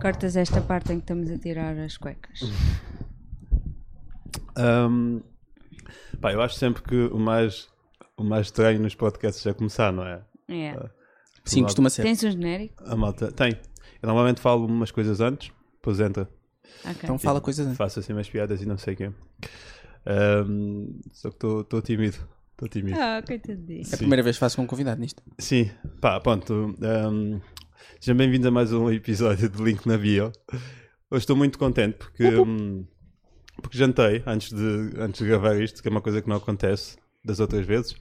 Cortas esta parte em que estamos a tirar as cuecas. Ahm, pá, eu acho sempre que o mais, o mais estranho nos podcasts é começar, não é? É. Sim, costuma ser. Tens um genérico? A malta tem. Eu normalmente falo umas coisas antes, depois entra. Ok. Então fala coisas antes. Faço assim umas piadas e não sei o quê. Ahm, só que estou tímido. Estou tímido. Ah, coitadinho. É a primeira vez que faço com um convidado nisto. Sim, pá, pronto. ahm, sejam bem-vindos a mais um episódio de Link na Bio. Hoje estou muito contente porque, hum, porque jantei antes de, antes de gravar isto, que é uma coisa que não acontece das outras vezes.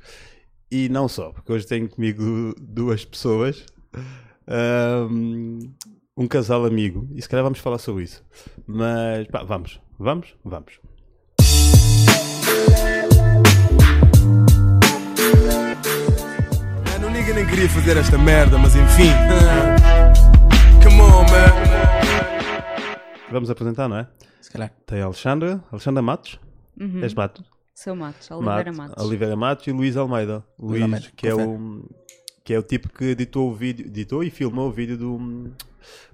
E não só, porque hoje tenho comigo duas pessoas, ahm, um casal amigo, e se calhar vamos falar sobre isso. Mas pá, vamos, vamos, vamos. Mano, o nigga nem queria fazer esta merda, mas enfim. Come on, man. Vamos apresentar, não é? Se calhar. Tem a Alexandra, Alexandra Matos. És Matos? Sou Matos, Oliveira Mato- Matos. Oliveira Matos e Luís Almeida. Luís, Almeida, que, é confere. o, que é o tipo que editou o vídeo, editou e filmou o vídeo do,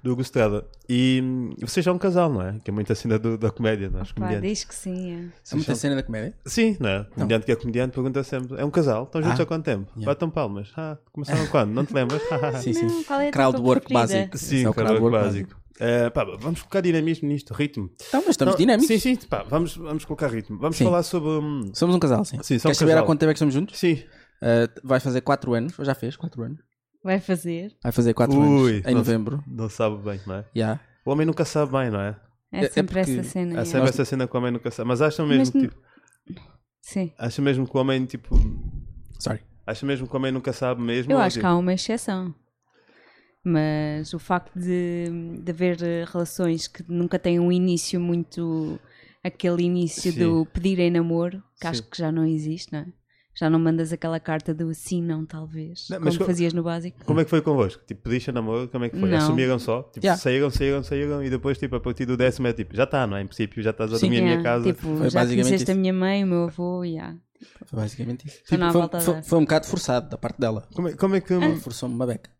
do Hugo Estrada. E hum, vocês são um casal, não é? Que é muito a cena do- da comédia, não é? Os Pá, comediantes. diz que sim. é. É muita cena da comédia. Sim, não é? O comediante que é comediante pergunta sempre: é um casal? Estão juntos Ah, há quanto tempo? Batam palmas. Ah, começaram quando? Não te lembras? Sim, sim. Não, qual é a tua Crowdwork preferida? básico. Esse Ah. Sim, é o o crowdwork básico. Eh, pá, vamos colocar dinamismo nisto, ritmo. Então, mas estamos Não, dinâmicos. Sim, sim, pá, vamos, vamos colocar ritmo. Vamos Sim. falar sobre. hum, Somos um casal, sim. Sim, somos Queres saber casal. há quanto tempo é que estamos juntos? Sim, Ah, vai fazer 4 anos, ou já fez 4 anos. Vai fazer. Vai fazer 4 anos Ui, em não- novembro. não sabe bem, não é? Já. O homem nunca sabe bem, não é? É, É- é sempre porque- essa cena. Há é. sempre Ah, essa cena que o homem nunca sabe. Mas acham Mas mesmo, n- tipo, Sim. acham mesmo que o homem, tipo, Sorry. acham mesmo que o homem nunca sabe mesmo? Eu ou, acho que tipo, há um- uma exceção. Mas o facto de, de haver eh, relações que nunca têm um início muito. aquele início Sim. do pedir em namoro, que acho Sim. que já não existe, não é? Já não mandas aquela carta do sim, não, talvez. Não, mas como co- fazias no básico. Como é que foi convosco? Tipo, pediste namoro, como é que foi? Não. Assumiram só? Tipo, Yeah. saíram, saíram, saíram e depois, tipo, a partir do décimo é tipo, já está, não é? Em princípio, já estás a Sim. dormir na minha É, casa. Tipo, Foi já basicamente conheceste a isso. minha mãe, o meu avô, e há. Foi basicamente isso. Foi na Então foi, volta Ah. foi- da- foi um bocado forçado da parte dela. Como, é, como é que... Forçou-me uma beca.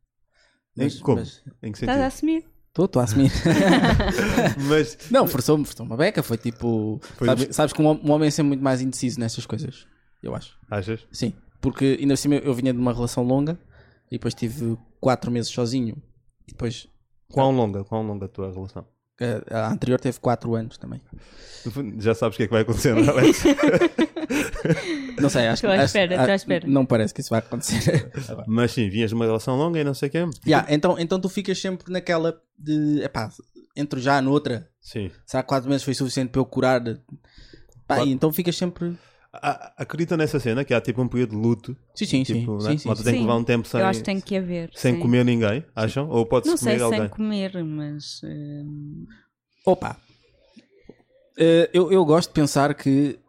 em, como? mas- Em que Estás a sentido? assumir? Estou, estou a assumir. Mas, não, forçou-me, forçou-me uma beca. Foi tipo. Foi- sabes, sabes que um, hom- um homem é sempre muito mais indeciso nestas coisas. Eu acho. achas? Sim, porque ainda assim eu vinha de uma relação longa e depois tive 4 meses sozinho e depois Quão longa, quão longa a tua relação? eh, a anterior teve 4 anos também. No fundo, Já sabes o que é que vai acontecer, não é, Alex? Não sei, acho Estou à acho- espera, ah, estou à espera. Não parece que isso vai acontecer. Agora. Mas sim, vinhas de uma relação longa e não sei o quê. Yeah, então, então tu ficas sempre naquela de epá, entro já noutra. Sim. Será que 4 meses foi suficiente para eu curar? Pá, e então ficas sempre. A- Acreditam nessa cena que há tipo um período de luto Sim, sim, sim. Tipo, sim, né? sim, Mas sim. tem que levar um tempo sem, Eu acho que tem que haver. sem sim. comer ninguém, acham? Ou pode-se Não comer sei, alguém? sem comer, mas. hum, Opa! Eh, eu, eu gosto de pensar que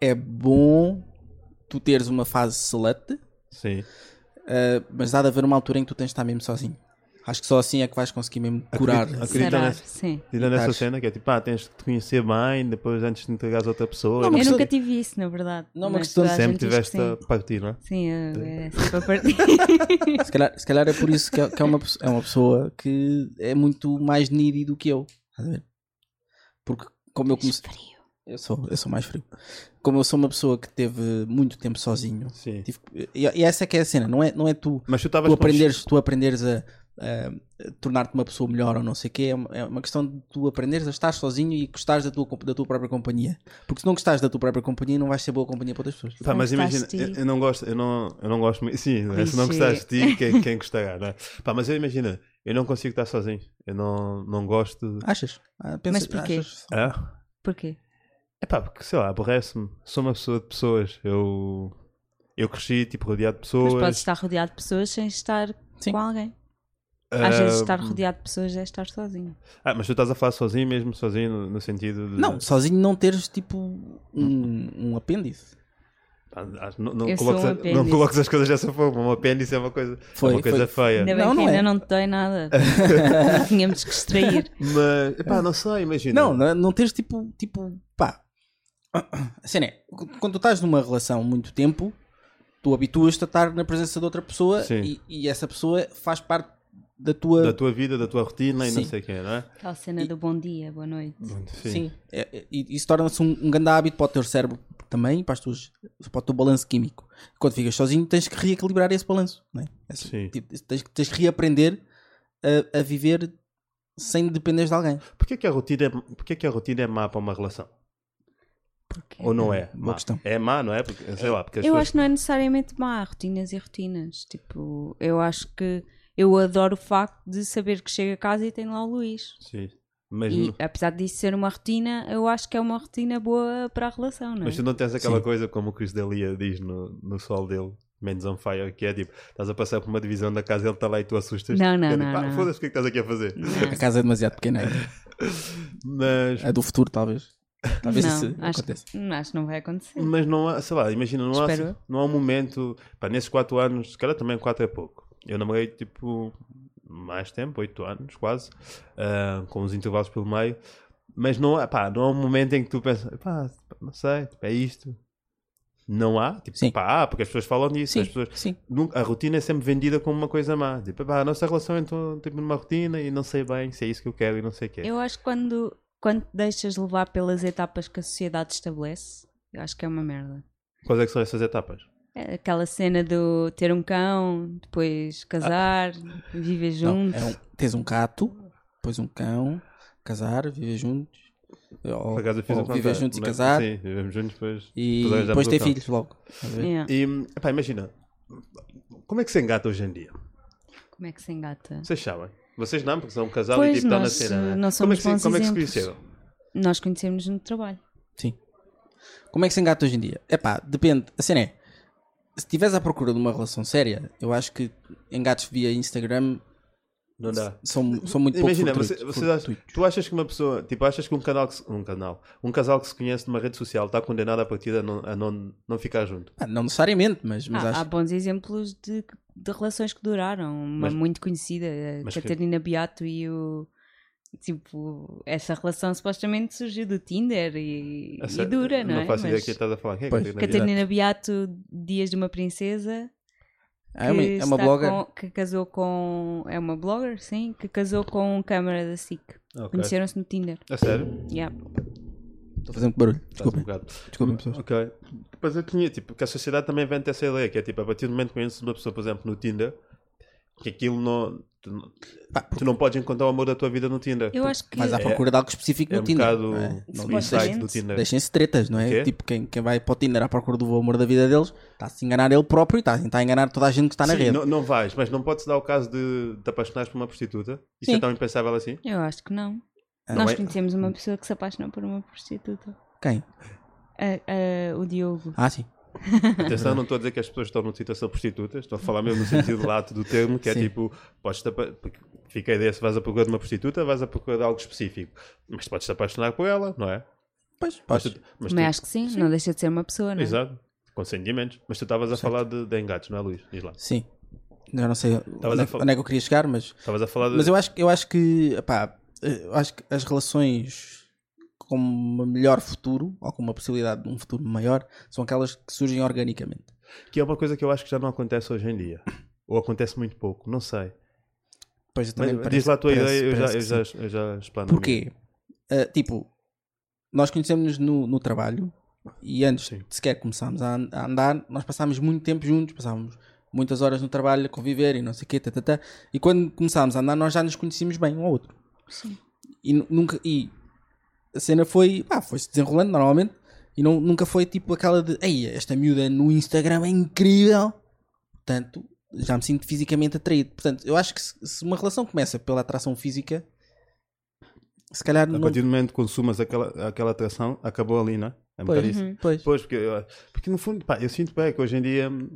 é bom tu teres uma fase selete Sim. Uh, mas há de haver uma altura em que tu tens de estar mesmo sozinho. Acho que só assim é que vais conseguir mesmo curar. acredito sarar, nessa- sim. E dando essa Estás- cena que é tipo, ah, tens de te conhecer bem, depois antes de entregares a outra pessoa. Não, e mas Eu questão- nunca tive isso, na verdade. Não, uma mas questão- toda a sempre gente diz que tiveste a partir, não é? Sim, sim é, é sempre a partir. Se calhar, se calhar é por isso que é, que é uma, pesso- é uma pessoa que é muito mais needy do que eu. Estás a ver? Porque como eu comecei. Frio. Eu sou, eu sou mais frio. Como eu sou uma pessoa que teve muito tempo sozinho. Sim. tive- e, e essa é que é a cena, não é, não é tu, Mas tu tu estavas aprenderes, tu aprenderes a, a- a tornar-te uma pessoa melhor ou não sei o quê. É uma, é uma questão de tu aprenderes a estar sozinho e gostares da tua, comp- da tua própria companhia. Porque se não gostares da tua própria companhia, não vais ser boa companhia para outras pessoas. Pá, mas imagina, gostaste de eu, ti. eu não gosto, eu não, eu não gosto muito. Sim, né? se não Clichê. gostares de ti, quem, quem gostará, não é? Pá, mas eu imagina, eu não consigo estar sozinho. Eu não, não gosto. de- Achas? Ah, pensa- Mas porquê? achas? Ah? Porquê? É pá, porque sei lá, aborrece-me. Sou uma pessoa de pessoas. Eu, eu cresci, tipo, rodeado de Mas pessoas. podes estar rodeado de pessoas sem estar Sim. com alguém. Às vezes Ah, estar rodeado de pessoas é estar sozinho. Ah, mas tu estás a falar sozinho mesmo, sozinho no, no sentido de. Não, sozinho não teres tipo um, um apêndice. Pá, Ah, Não, não, Eu sou coloques um a- apêndice. não coloques as coisas dessa forma. Um apêndice é uma coisa, Foi, é uma coisa feia. Ainda bem Não, que não ainda é. não te dói nada. Tínhamos que extrair. Mas, pá, não sei, imagina. Não, não, não teres tipo, tipo, pá. A cena é, quando tu estás numa relação muito tempo, tu habituas-te a estar na presença de outra pessoa Sim. e, e essa pessoa faz parte da tua. da tua vida, da tua rotina e não Sim. sei o quê, não é? Aquela cena do bom dia, boa noite. Sim. É, é, e isso torna-se um, um grande hábito para o teu cérebro também, para, as tuas, para o teu balanço químico. Quando ficas sozinho, tens que reequilibrar esse balanço. Não é? É assim, Sim. tipo, tens, que- tens que reaprender a, a viver sem depender de alguém. Porquê que, a rotina é, porquê que a rotina é má para uma relação? Porque... Ou não é? boa Má. questão. É má, não é? Porque, sei lá, porque as Eu pessoas... acho que não é necessariamente má, há rotinas e rotinas. Tipo, eu acho que eu adoro o facto de saber que chego a casa e tenho lá o Luís. Sim. Mas, E apesar disso ser uma rotina, eu acho que é uma rotina boa para a relação, não é? mas tu não tens aquela Sim. coisa como o Chris Delia diz no, no sol dele, Menos on Fire, que é tipo, estás a passar por uma divisão da casa, ele está lá e tu assustas. Não, não, É tipo, não, "Ah, não. Foda-se, o que é que estás aqui a fazer? A casa é demasiado pequena. Mas, A do futuro, talvez. Talvez não, isso acho, aconteça. não, acho que não vai acontecer. mas não há, sei lá, imagina, não há, Espero eu. não há um momento, pá, nesses 4 anos, se calhar também 4 é pouco. Eu namorei tipo mais tempo, 8 anos quase, ah, com uns intervalos pelo meio, mas não há, pá, não há um momento em que tu pensas, pá, não sei, é isto. Não há, tipo, Sim. pá, há, porque as pessoas falam disso, Sim, as pessoas sim. Nunca- a rotina é sempre vendida como uma coisa má. Tipo, "Epá, a nossa relação entrou tipo, numa rotina e não sei bem se é isso que eu quero e não sei o quê. Eu acho que quando, quando te deixas levar pelas etapas que a sociedade estabelece, eu acho que é uma merda. Quais é que são essas etapas? É aquela cena do ter um cão, Ah. depois casar, viver Não, junto. é um- tens um gato, depois um cão, casar, viver juntos. Ou, Por acaso eu fiz ou o viver contrário, juntos e né? casar. Sim, vivemos juntos depois. E depois arranjamos depois o ter cão. filhos logo. Estás a ver? Yeah. E, epá, imagina, como é que se engata hoje em dia? Como é que se engata? Vocês sabem. Vocês não, porque são um casal Pois, e tipo, estão na nós, cena. né? eh, não como é somos que se, bons como é que se exemplos. conheceram? Nós conhecemos no trabalho. Sim. Como é que se engata hoje em dia? Epá, depende. A cena é, se estiveres à procura de uma relação séria, eu acho que engates via Instagram Não dá. são, são muito pouco Imagina, fortuitos. você, vocês acham- tu achas que uma pessoa, tipo, achas que um canal que se, um canal, um casal que se conhece numa rede social está condenado à partida a não, a não, não ficar junto? Ah, não necessariamente, mas, mas Ah, há, há acho bons exemplos de, de relações que duraram. Uma Mas- muito conhecida, a mas que- Catarina Beato e o. Tipo, essa relação supostamente surgiu do Tinder e, Essa- e dura, não, é? faço ideia Mas do que estás a falar. Quem é Pois. Catarina Vidal? Catarina Beato, Dias de uma Princesa, Ah, é uma, que é uma está blogger. com- que casou com. É uma blogger, sim, que casou com um câmara da SIC. Ok. Conheceram-se no Tinder. A sério? Yeah. Estou a fazer muito barulho. Estás um Desculpem, bocado. desculpem pessoas. Ok. Mas eu tinha, tipo, que a sociedade também vende essa ideia, que é tipo, a partir do momento que conheces uma pessoa, por exemplo, no Tinder, que aquilo não. Tu, não- tu não podes encontrar o amor da tua vida no Tinder. Eu acho que. Mas à procura de algo específico é no um Tinder. bocado não é? o Não Supostamente. insight deixem, do Tinder. deixem-se tretas, não O é? quê? Tipo, quem, quem vai para o Tinder à procura do amor da vida deles está a se enganar ele próprio e está, está a enganar toda a gente que está na Sim, rede. Não, não vais, mas não podes dar o caso de te apaixonares por uma prostituta. Isso Sim. é tão impensável assim. Eu acho que não. não Nós é- conhecemos uma pessoa que se apaixonou por uma prostituta. Quem? A- a- o Diogo. Ah, sim. Atenção, não estou a dizer que as pessoas estão numa situação prostitutas, estou a falar mesmo no sentido lato do termo, que é Sim. tipo, podes te apa- porque fica a ideia se vais à procura de uma prostituta, vais à procura de algo específico, mas podes te apaixonar por ela, não é? Pois, Mas podes. tu, mas Também tu- acho que sim, não deixa de ser uma pessoa, não é? Exato, com sentimentos. Mas tu estavas a falar de, de engates, não é, Luís? Diz lá. Sim. Eu não sei onde a é, que- falar- onde é que eu queria chegar, mas, Estavas a falar de. mas eu, acho, eu acho que epá, eu acho que as relações com um melhor futuro ou com uma possibilidade de um futuro maior são aquelas que surgem organicamente. Que é uma coisa que eu acho que já não acontece hoje em dia. Ou acontece muito pouco, não sei. Pois eu Mas também parece- diz lá a tua parece- ideia, eu já, parece eu, que já, sim. eu já explano. a minha. Porquê? Ah, tipo, nós conhecemos-nos no, no trabalho e antes Sim. de sequer começarmos a, an- a andar, nós passámos muito tempo juntos, passámos muitas horas no trabalho a conviver e não sei o quê, tá, tá, tá. e quando começámos a andar nós já nos conhecíamos bem um ao outro. E, nu- nunca, e a cena foi, pá, foi-se desenrolando normalmente e não, nunca foi tipo aquela de, ei, esta miúda no Instagram é incrível, portanto já me sinto fisicamente atraído. Portanto, eu acho que se, se uma relação começa pela atração física, se calhar A não, partir do momento que consumas aquela, aquela atração, acabou ali, não é? É um Pois. bocado isso. uhum, Pois. Pois, porque, eu- porque no fundo, pá, eu sinto bem que hoje em dia, hum,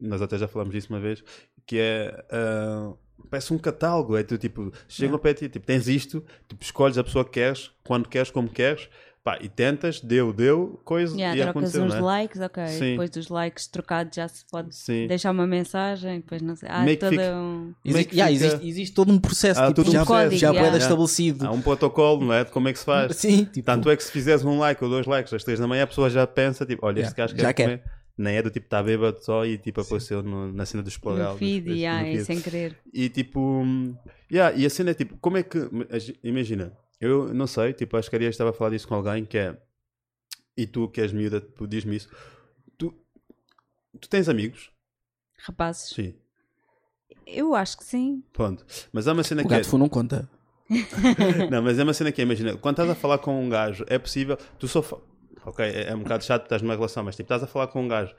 nós até já falámos disso uma vez, que é. hum, Parece um catálogo, é tu tipo, chega ao pé de ti, tipo, tens isto, tipo, escolhes a pessoa que queres, quando queres, como queres, pá, e tentas, deu, deu, coisa, Yeah, e trocas aconteceu, uns não é? likes, ok. Sim. Depois dos likes trocados já se pode Sim. deixar uma mensagem, depois não sei. Há Meio que toda fica- um. Como é Existe, que yeah, fica- existe, existe todo um processo Há tipo, todo um já, código, já yeah. bué Yeah. estabelecido. Há um protocolo, não é? De como é que se faz. Sim, tipo, um Tanto é que se fizeres um like ou dois likes às três da manhã, a pessoa já pensa, tipo, olha, Yeah, este gajo quer já quer. comer. nem é do tipo está bêbado só e tipo apareceu no- na cena do tipo, explorar. no feed, e ah, é sem querer. E tipo, hum, yeah, e a cena é tipo, como é que. Imagina, eu não sei, tipo, acho que a Arias estava a falar disso com alguém que é. E tu que és miúda, tipo, diz-me isso. Tu, tu tens amigos? Rapazes, Sim. eu acho que sim. Pronto. Mas há uma cena O que é. gato fu não conta. Não, mas é uma cena que é, imagina, quando estás a falar com um gajo, é possível, tu só. fa- Ok, é, é um bocado chato, estás numa relação, mas tipo, estás a falar com um gajo,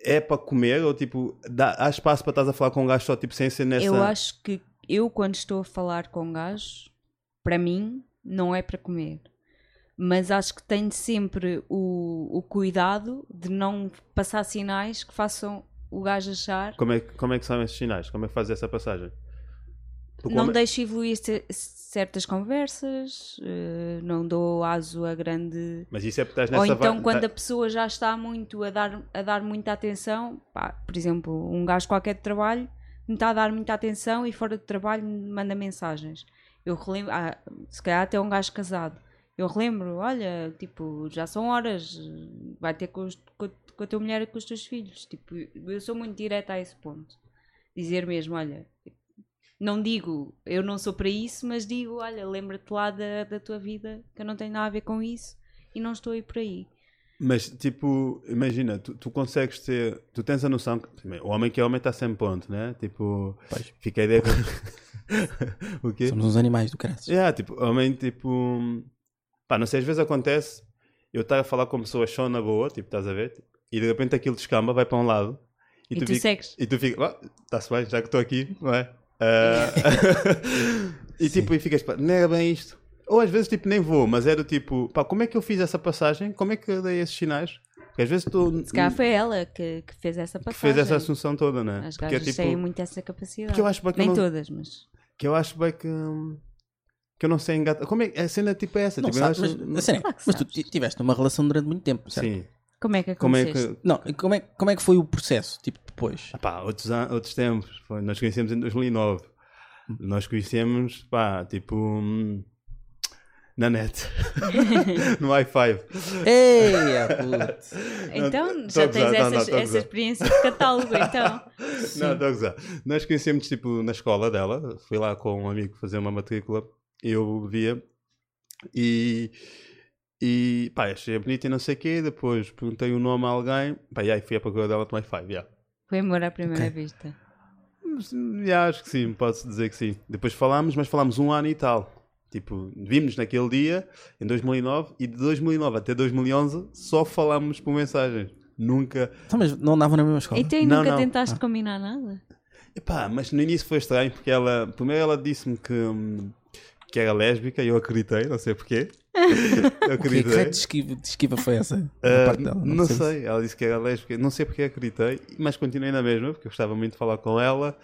é para comer ou tipo, dá, há espaço para estás a falar com um gajo só, tipo, sem ser nessa. Eu acho que eu, quando estou a falar com gajos, para mim, não é para comer. Mas acho que tenho sempre o, o cuidado de não passar sinais que façam o gajo achar. Como é, que- como é que são esses sinais? Como é que fazes essa passagem? Porque o não homem- deixo evoluir ce- certas conversas, eh, não dou aso a grande. Mas isso é porque estás Ou nessa então, va- quando a tá- pessoa já está muito a dar, a dar muita atenção, pá, por exemplo, um gajo qualquer de trabalho me está a dar muita atenção e fora de trabalho me manda mensagens. Eu relembro, ah, se calhar até um gajo casado, eu relembro: olha, tipo, já são horas, vai ter com, os- com, com a tua mulher e com os teus filhos. Tipo, eu sou muito direta a esse ponto. Dizer mesmo: olha, não digo eu não sou para isso, mas digo: olha, lembra-te lá da, da tua vida, que eu não tenho nada a ver com isso e não estou aí por aí. Mas tipo, imagina, tu, tu consegues ter. Tu tens a noção que. primeiro, o homem que é homem está sem ponto, né? Tipo. Pois. Fica a ideia. o quê? Somos uns animais do caraças. Yeah, tipo, homem, tipo. Pá, não sei, às vezes acontece eu estar a falar com pessoas só na boa, tipo, estás a ver? Tipo, E de repente aquilo descamba, vai para um lado. E, tu fica- segues. E tu fica, está-se bem, já que estou aqui, não é? Ah, e tipo, e ficas, pá, não era bem isto. Ou às vezes, tipo, nem vou, mas era tipo, pá, como é que eu fiz essa passagem? Como é que eu dei esses sinais? Porque às vezes tu Se calhar foi ela que, que fez essa que passagem. fez essa assunção toda, né? As Porque é gajas têm tipo, muito essa capacidade. porque eu acho bem que Nem eu não- todas, mas. que eu acho bem que, hum, que eu não sei engatar. Como é que a cena tipo é essa? Não tipo, sabes, eu mas, acho- não- assim, Claro que mas tu sabes. ti- tiveste uma relação durante muito tempo, certo? Sim. Como é que Como é aconteceu? que. Não, e como é, como é que foi o processo, tipo, depois? Ah pá, outros, an- outros tempos. Foi- nós conhecemos em 2009. Nós conhecemos, pá, tipo. hum, Na net. no i5. Ei, ah, a puta. Então, Não, tô a já gozar, tens essas, não, não, tô a essa gozar. experiência de catálogo, então. Não, estou a gozar. Nós conhecemos, tipo, na escola dela. Fui lá com um amigo fazer uma matrícula. Eu via. E. E, pá, achei bonita e não sei o quê. Depois perguntei o nome a alguém. Pá, e aí fui à procura dela no i5, yeah. Foi amor à primeira vista. Já, acho que sim, posso dizer que sim. Depois falámos, mas falámos um ano e tal. Tipo, vimos naquele dia, em 2009, e de 2009 até 2011 só falámos por mensagens. Nunca. Então, mas não andavam na mesma escola? Então, e Não, nunca não. Ah. tentaste combinar nada? Epá, mas no início foi estranho, porque ela. Primeiro ela disse-me que, hum, que era lésbica e eu acreditei, não sei porquê. Eu O que, que acreditei. rede de esquiva, de esquiva foi essa? Ah, Da parte dela, não percebo. sei, ela disse que era lésbica, não sei porque acreditei, mas continuei na mesma, porque eu gostava muito de falar com ela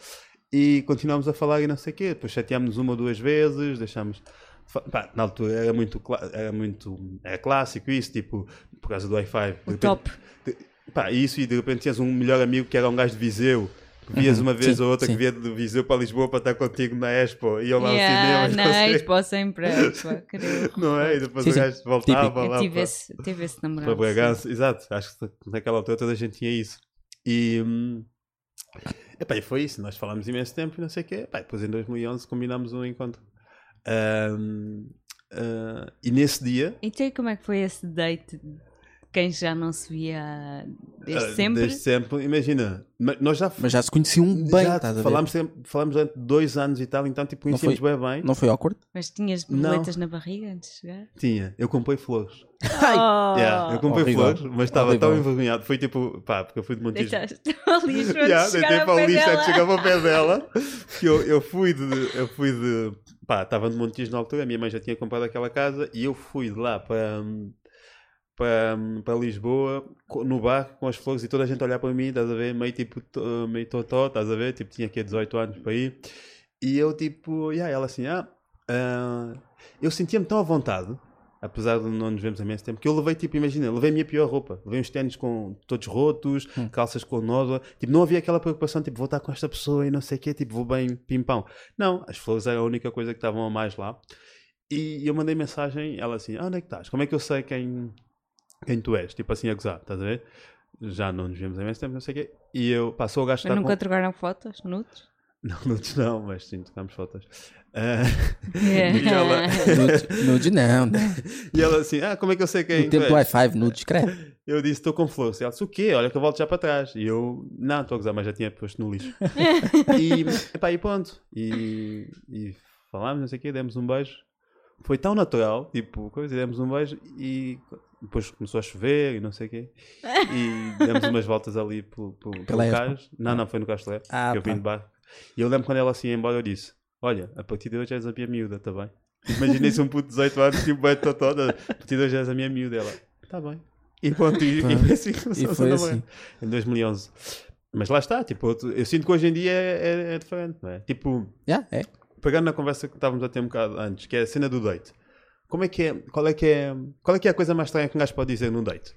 e continuámos a falar e não sei o quê. Depois chateámos uma ou duas vezes, deixámos. fa- pá, na altura era muito, cla- era muito era clássico isso, tipo, por causa do Wi-Fi. O top. de- pá, isso e de repente tinhas um melhor amigo que era um gajo de Viseu. que Vias uma vez Uhum. sim, ou outra sim. que via de Viseu para Lisboa para estar contigo na Expo, iam lá Yeah, ao cinema, na não, sei, Expo sempre. Expo, querido. não é? E depois Sim, o sim, gajo voltava típico. lá. Eu tive para- esse, tive esse namorado. para Bragança, exato. Acho que naquela altura toda a gente tinha isso. E, hum, epá, e foi isso. Nós falámos imenso tempo e não sei o quê. Epá, e depois em 2011 combinámos um encontro. Ahm, ah, e nesse dia, sim. Então, e como é que foi esse date? de Quem já não se via desde ah, sempre? desde sempre, imagina, ma- nós já, Mas já se conheciam bem, já estás a ver? falámos, sempre- falámos durante dois anos e tal, então tipo, Não conhecíamos bem bem. Não foi awkward? Mas tinhas Não. boletas na barriga antes de chegar? Tinha, eu comprei flores. Oh, Yeah, eu comprei Horrível. flores, mas estava tão Horrível. envergonhado. Foi tipo, pá, porque eu fui de Montijo. Deitaste o lixo antes Yeah, de deitei chegar ao para o pé lixo dela. antes de chegar ao pé dela. Que eu, eu fui de. Eu fui de. Pá, estava no Montijo na altura, a minha mãe já tinha comprado aquela casa e eu fui de lá para. hum, Para, hum, para Lisboa, co- no bar, com as flores e toda a gente a olhar para mim, estás a ver? Meio tipo, to- meio totó, estás a ver? Tipo, tinha aqui 18 anos para ir. E eu, tipo, yeah, ela assim, ah, ah, eu sentia-me tão à vontade, apesar de não nos vermos há imenso tempo, que eu levei, tipo, imagina, levei a minha pior roupa. Levei uns ténis com todos rotos, calças com nódoa. Tipo, não havia aquela preocupação, tipo, vou estar com esta pessoa e não sei o quê, tipo, vou bem pimpão. Não, as flores era a única coisa que estavam a mais lá. E eu mandei mensagem, ela assim, ah, onde é que estás? Como é que eu sei quem, quem tu és? Tipo assim, a gozar, estás a ver? já não nos vemos há imenso tempo, não sei o quê. E eu, pá, sou o gajo que Mas está nunca com... trocaram fotos, nudes? Não, nudes não, mas sim, tocámos fotos. Ah, Yeah. Nudes, nudes não. No e ela assim, ah, como é que eu sei quem tu tempo do és?" i5, nudes, credo. Eu disse, estou com flor. Ela disse, o quê? Olha que eu volto já para trás. E eu, não, estou a gozar, mas já tinha posto no lixo. e, epá, e ponto. E, e falámos, não sei o quê, demos um beijo. Foi tão natural, tipo, coisa, e demos um beijo e depois começou a chover e não sei o quê. E demos umas voltas ali pelo, pelo, pelo Pela Expo. cais. Não, não, foi no Castelé, Ah, que eu pá. vim de barco. E eu lembro quando ela assim ia embora, eu disse, olha, a partir de hoje és a minha miúda, está bem? Imaginei se um puto de 18 anos, tipo, bem totoda, a partir de hoje és a minha miúda. Ela, está bem. E pronto, e, e foi assim que começou a foi namorar. assim. Em 2011. Mas lá está, tipo, eu, eu sinto que hoje em dia é, é- é diferente, não é? Tipo, Yeah, é. pegando na conversa que estávamos a ter um bocado antes, que é a cena do date. Como é que é, qual é que é, qual é que é a coisa mais estranha que um gajo pode dizer num date?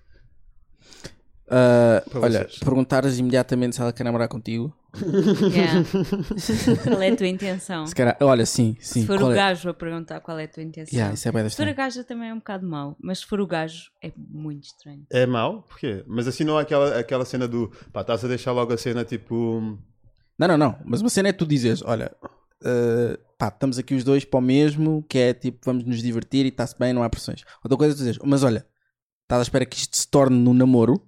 Ah, Para olha, vocês. perguntares imediatamente se ela quer namorar contigo. Yeah. Qual é a tua intenção? Se calhar, olha, sim, sim. se for qual o é? gajo a perguntar qual é a tua intenção. Yeah, isso é bem se for a estranho. gaja também é um bocado mau, mas se for o gajo é muito estranho. É mau? Porquê? Mas assim não há aquela, aquela cena do, pá, estás a deixar logo a cena, tipo, Não, não, não. Mas uma cena é tu dizeres, olha, eh, pá, estamos aqui os dois para o mesmo, que é tipo, vamos nos divertir e está-se bem, não há pressões. Outra coisa é tu dizeres, mas olha, estás à espera que isto se torne num namoro.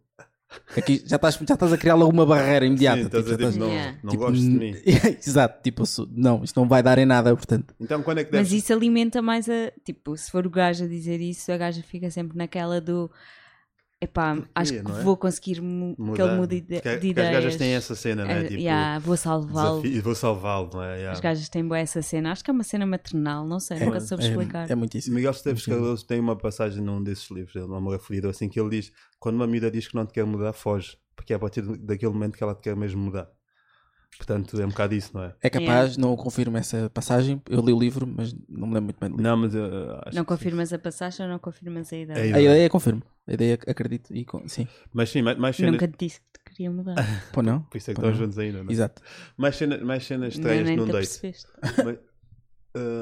Aqui já estás, já estás a criar logo uma barreira imediata. sim, estás tipo, a já dizer, estás- não, Yeah. não tipo, gosto de mim. Exato, tipo, eu sou- não, isto não vai dar em nada, portanto. Então quando é que Mas deves... isso alimenta mais a. Tipo, se for o gajo a dizer isso, a gaja fica sempre naquela do. Epá, acho que não é? vou conseguir mu que ele mude de, de Porque- porque as ideias. gajas têm essa cena, não é? Eh, Tipo, yeah, vou salvá-lo. desafio- vou salvá-lo, não é? Yeah. As gajas têm boa essa cena. Acho que é uma cena maternal, não sei, nunca soube é, explicar. É, muito isso. Miguel Esteves Cardoso tem uma passagem num desses livros, ele não me referido, assim que ele diz: quando uma miúda diz que não te quer mudar, foge, porque é a partir daquele momento que ela te quer mesmo mudar. Portanto, é um bocado isso, não é? É capaz, não confirmo essa passagem. Eu li o livro, mas não me lembro muito bem do livro. Não, mas eu, acho não que sim. confirmas a passagem ou não confirmas a É ideia? isso. A ideia confirmo. A ideia é acredito e con- sim. Mas sim, mais, mais cenas. Nunca te disse que te queria mudar. Pô, não? Por isso é que Pô, estão não. juntos ainda, não é? Exato. Mais cenas, mais cenas Nem, estranhas nem num te date. apercebeste. Mas-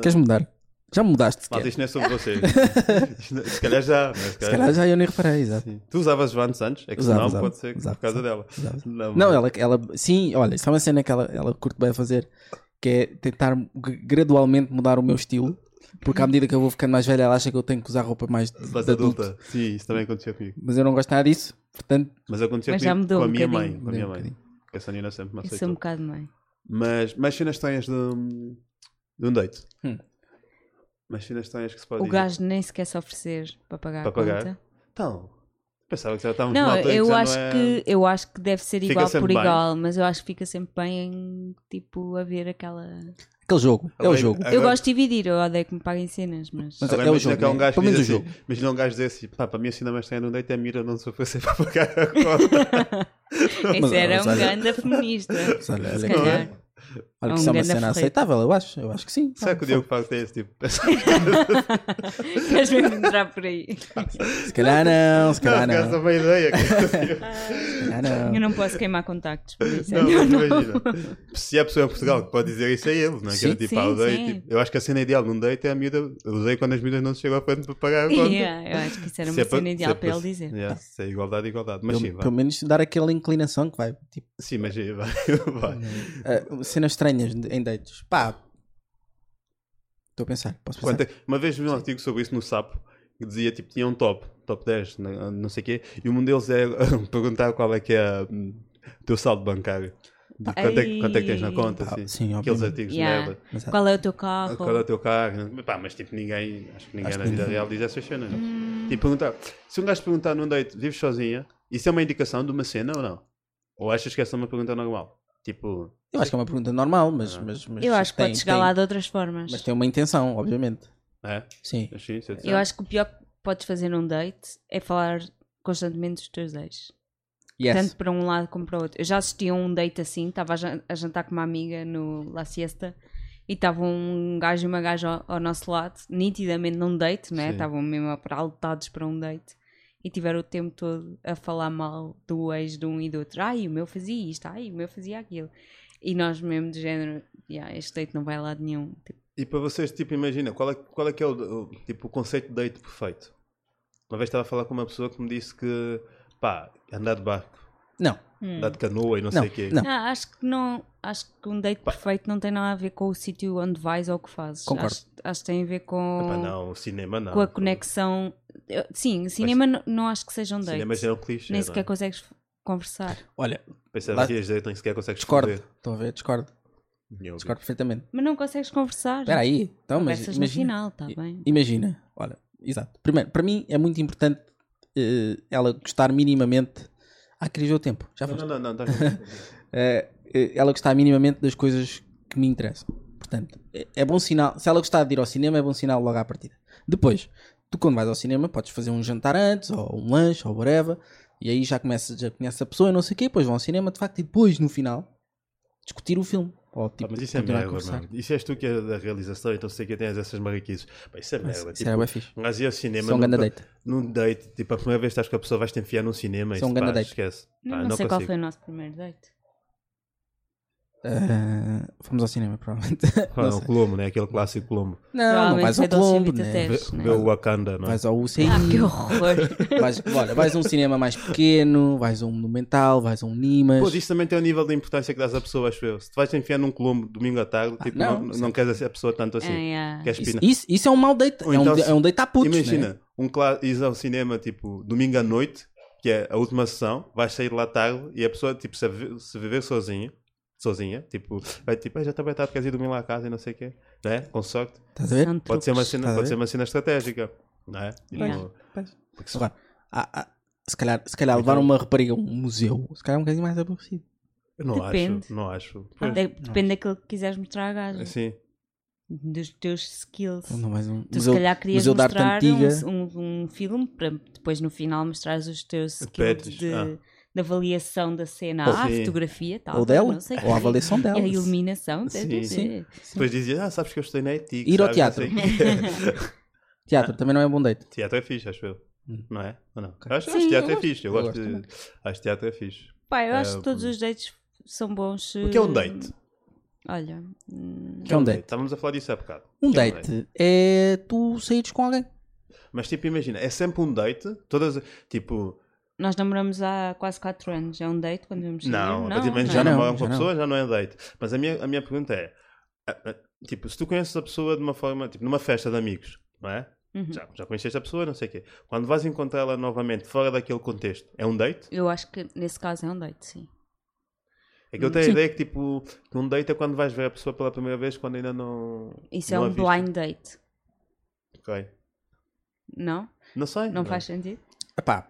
Queres mudar? Já mudaste Malta, sequer. isto não é sobre vocês. Isto não- se calhar já. mas Se calhar já eu nem reparei, exato. Sim. Tu usavas Vans antes? É que Usava, senão usava, pode ser usava, por causa usava, dela. usava. Não, Não, ela, ela sim, olha, isso é uma cena que ela, ela curte bem fazer, que é tentar g- gradualmente mudar o meu estilo, porque à medida que eu vou ficando mais velha, ela acha que eu tenho que usar roupa mais de, mas de adulto. adulta. Sim, isso também aconteceu comigo. Mas eu não gosto nada disso, portanto, Mas aconteceu Mas já comigo, mudou com a um minha bocadinho. mãe. Com a minha Mudou um mãe. Que a Sanina sempre me Eu sou um aceitou. bocado mãe. Mas, mas cenas estranhas de um, de um date. Hum. Mas cenas estranhas que se pode O dizer. gajo nem sequer se oferecer para pagar Para a pagar? conta. Então, pensava que já estávamos numa Não, altura em eu já acho, não é- que, eu acho que deve ser Fica igual sempre por bem. igual, mas eu acho que fica sempre bem em tipo haver aquela. aquele jogo, é o Agora- jogo. agora- Eu gosto de dividir, eu odeio que me paguem cenas, mas. Mas- Agora é o imagina jogo, que há um né? gajo Pelo que diz menos o assim, Imagina um gajo dizer assim, pá, para mim a cena mais estranha de um date é a mira não se oferecer para pagar a conta. mas- Esse era mas um olha- ganda feminista. Mas olha, olha Se que- Não calhar. é? Olha É que um isso é uma grande cena aferrete. aceitável, eu acho, eu acho que sim. Será que é o Diogo Pago tem esse tipo? Queres mesmo entrar por aí? Se calhar não, se Não, calhar não. essa é não. uma ideia. que- Se calhar não. Eu não posso queimar contactos, por isso é Não, melhor mas não. imagina. Se há pessoa em Portugal que pode dizer isso, é ele, não é? Que Sim, era tipo, ah, o sim, date, sim. tipo, eu acho que a cena ideal num date é a miúda. Eu usei quando as miúdas não se chegam à frente para pagar a conta. Yeah, eu acho que isso era Se uma é pa- cena se ideal é para ele pa- dizer. Yeah, se é igualdade, igualdade. Mas Pelo, sim, vai. pelo menos dar aquela inclinação que vai. Tipo, Sim, mas sim, vai. vai. ah, cenas estranhas em dates. Pá. Estou a pensar, posso pensar. Quanto é- Uma vez vi um artigo sobre isso no Sapo que dizia tipo, tinha um top, top 10, na- não sei o quê, e um deles é perguntar qual é que é hum, o teu saldo bancário. De Quanto é, que- quanto é que tens na Ai. conta? Ah, assim. sim, Aqueles obviamente. artigos de Yeah. merda. Mas, Qual é o teu carro? Qual é o teu carro? Pá, mas tipo, ninguém, acho que ninguém Acho na que vida ninguém. real diz essas cenas. não? Tipo, perguntar, se um gajo te perguntar num date, vives sozinha, isso é uma indicação de uma cena ou não? Ou achas que é só uma pergunta normal? Tipo, Eu acho que é uma pergunta normal, mas. mas, mas Eu acho que tem- pode chegar tem- lá de outras formas. Mas tem uma intenção, obviamente. é? Sim. Assim, se disser. Eu acho que o pior que podes fazer num date é falar constantemente dos teus ex. Tanto Yes. para um lado como para o outro. Eu já assisti a um date assim, estava a jan- a jantar com uma amiga no La Siesta e estava um gajo e uma gaja ao, ao nosso lado, nitidamente num date, né? Sim. Estavam mesmo apraltados para um date e tiveram o tempo todo a falar mal do ex de um e do outro. Ai, o meu fazia isto, ai, o meu fazia aquilo. E nós mesmo de género, "Ya, este date não vai a lado nenhum. Tipo, E para vocês, tipo, imagina, qual é, qual é que é o, o- tipo, o conceito de date perfeito? Uma vez estava a falar com uma pessoa que me disse que, pá, andar de barco Não. Andar de canoa e não, Não, sei o quê. não. Hum. Não, "Ah, acho que não, acho que um date perfeito não tem nada a ver com o sítio onde vais ou o que fazes. Concordo. Acho, acho que tem a ver com, Epá, não, o cinema não. com a conexão. Eu- Sim, cinema não, não acho que seja um O date. cinema já é um clichê. Nem não é? sequer consegues f- conversar. Olha, Pensava Lá- que ias direito, nem sequer consegues discordo. esconder. Estão a ver? Discordo. Meu Discordo perfeitamente. Mas não consegues conversar. Espera aí. Então, mas Conversas no imagina. final, está I- bem. Imagina, olha, exato. Primeiro, para mim é muito importante eh, ela gostar minimamente. Ah, querias ver o tempo? Já Deus. foste. Não, não, não, não. tá- Eh, eh, ela gostar minimamente das coisas que me interessam. Portanto, é, é bom sinal. Se ela gostar de ir ao cinema, é bom sinal logo à partida. Depois, tu quando vais ao cinema, podes fazer um jantar antes, ou um lanche, ou whatever, e aí já, começa, já conheces a pessoa e não sei o quê, depois vão ao cinema, de facto, e depois, no final, discutir o filme. Ou, tipo, Pá, mas isso é continuar a merda, conversar. mano. Isso és tu que é da realização, então sei que tens essas mariquices. Pá, isso é merda. Isso tipo, era bem fixe. um gajo ia ao cinema. Isso é um grande num- date. Num date, tipo, a primeira vez que estás com a pessoa, vais-te enfiar num cinema. Isso é isso, um grande pá, date. Esquece. Não, Pá, não não sei qual consigo. foi o nosso primeiro date. Ah, fomos ao cinema, provavelmente. Ah, não, não, sei. Colombo, né? Aquele clássico Colombo. não, não vais ao Colombo, Provavelmente né? foi do Civita Vê o Wakanda, não é? vais ao UCI, Ah, que horror. vais, olha, vais a um cinema mais pequeno, vais a um Monumental, vais a um Nimas. Pô, isso também tem o nível de importância que dás à pessoa, acho eu. Se tu vais-te enfiar num Colombo domingo à tarde, tipo, Ah, não, não, não, queres a pessoa tanto assim. É, é. Queres pina. isso, isso, isso é um mau date, Ou é, então um, de- se- é um date a putos, Imagina, né? um cla- ires ao cinema, tipo, domingo à noite, que é a última sessão, vais sair lá tarde e a pessoa, tipo, se, vi- se viver sozinha, sozinha, tipo, vai tipo, "Ah, já está bem tarde, queres ir dormir lá à casa e não sei o quê, né? Com sorte. Estás a ver? São Pode ser uma truques. cena, Tá a pode ver? ser uma cena estratégica, não é? Tipo, Yeah. porque se- Agora, há- há- se calhar, se calhar Então- levar uma rapariga a um museu, se calhar é um bocadinho mais aborrecido. eu não Depende. Hum. acho, não acho. Ah, Pois, de- Depende daquilo que quiseres mostrar à gaja. assim, Dos teus skills. Não, mais um Tu museu, se calhar querias museu de arte mostrar antiga. um, um, um filme para depois no final mostrares os teus skills Petes, de, ah. de avaliação da cena Ou à sim. fotografia tal, ou dela, não sei É o quê. ou a avaliação E dela. a iluminação tá, Sim. tá, Sim. tá. depois dizia, ah, sabes que eu estou na ética. Ir ao sabes, não sei o quê. Teatro também não é um bom date. Teatro é fixe, acho eu. Hum. Não é? Ou não? Acho, acho Sim, teatro eu é fixe. Eu gosto. gosto, Eu de. Acho teatro é fixe. Pá, eu Ah, acho que todos os dates são bons se- O que é um date? olha hum, Que é um date. Estávamos a falar disso há bocado. Um Que é date é tu saíres com alguém. Mas tipo, imagina, é sempre um date. Todas. Tipo, nós namoramos há quase 4 anos é um date quando vamos sair? não, praticamente não. já não. namoram com a Já não. pessoa, já não é date. Mas a minha, a minha pergunta é: ah, ah, tipo, se tu conheces a pessoa de uma forma. Tipo, numa festa de amigos, não é? Uhum. Já, já conheceste a pessoa, não sei o quê. Quando vais encontrá-la novamente fora daquele contexto, é um date? eu acho que nesse caso é um date sim É que eu tenho Sim. a ideia que, tipo, que um date é quando vais ver a pessoa pela primeira vez, quando ainda não. isso é não a um viste. blind date Ok. não? Não é? sei. não faz sentido? Epá,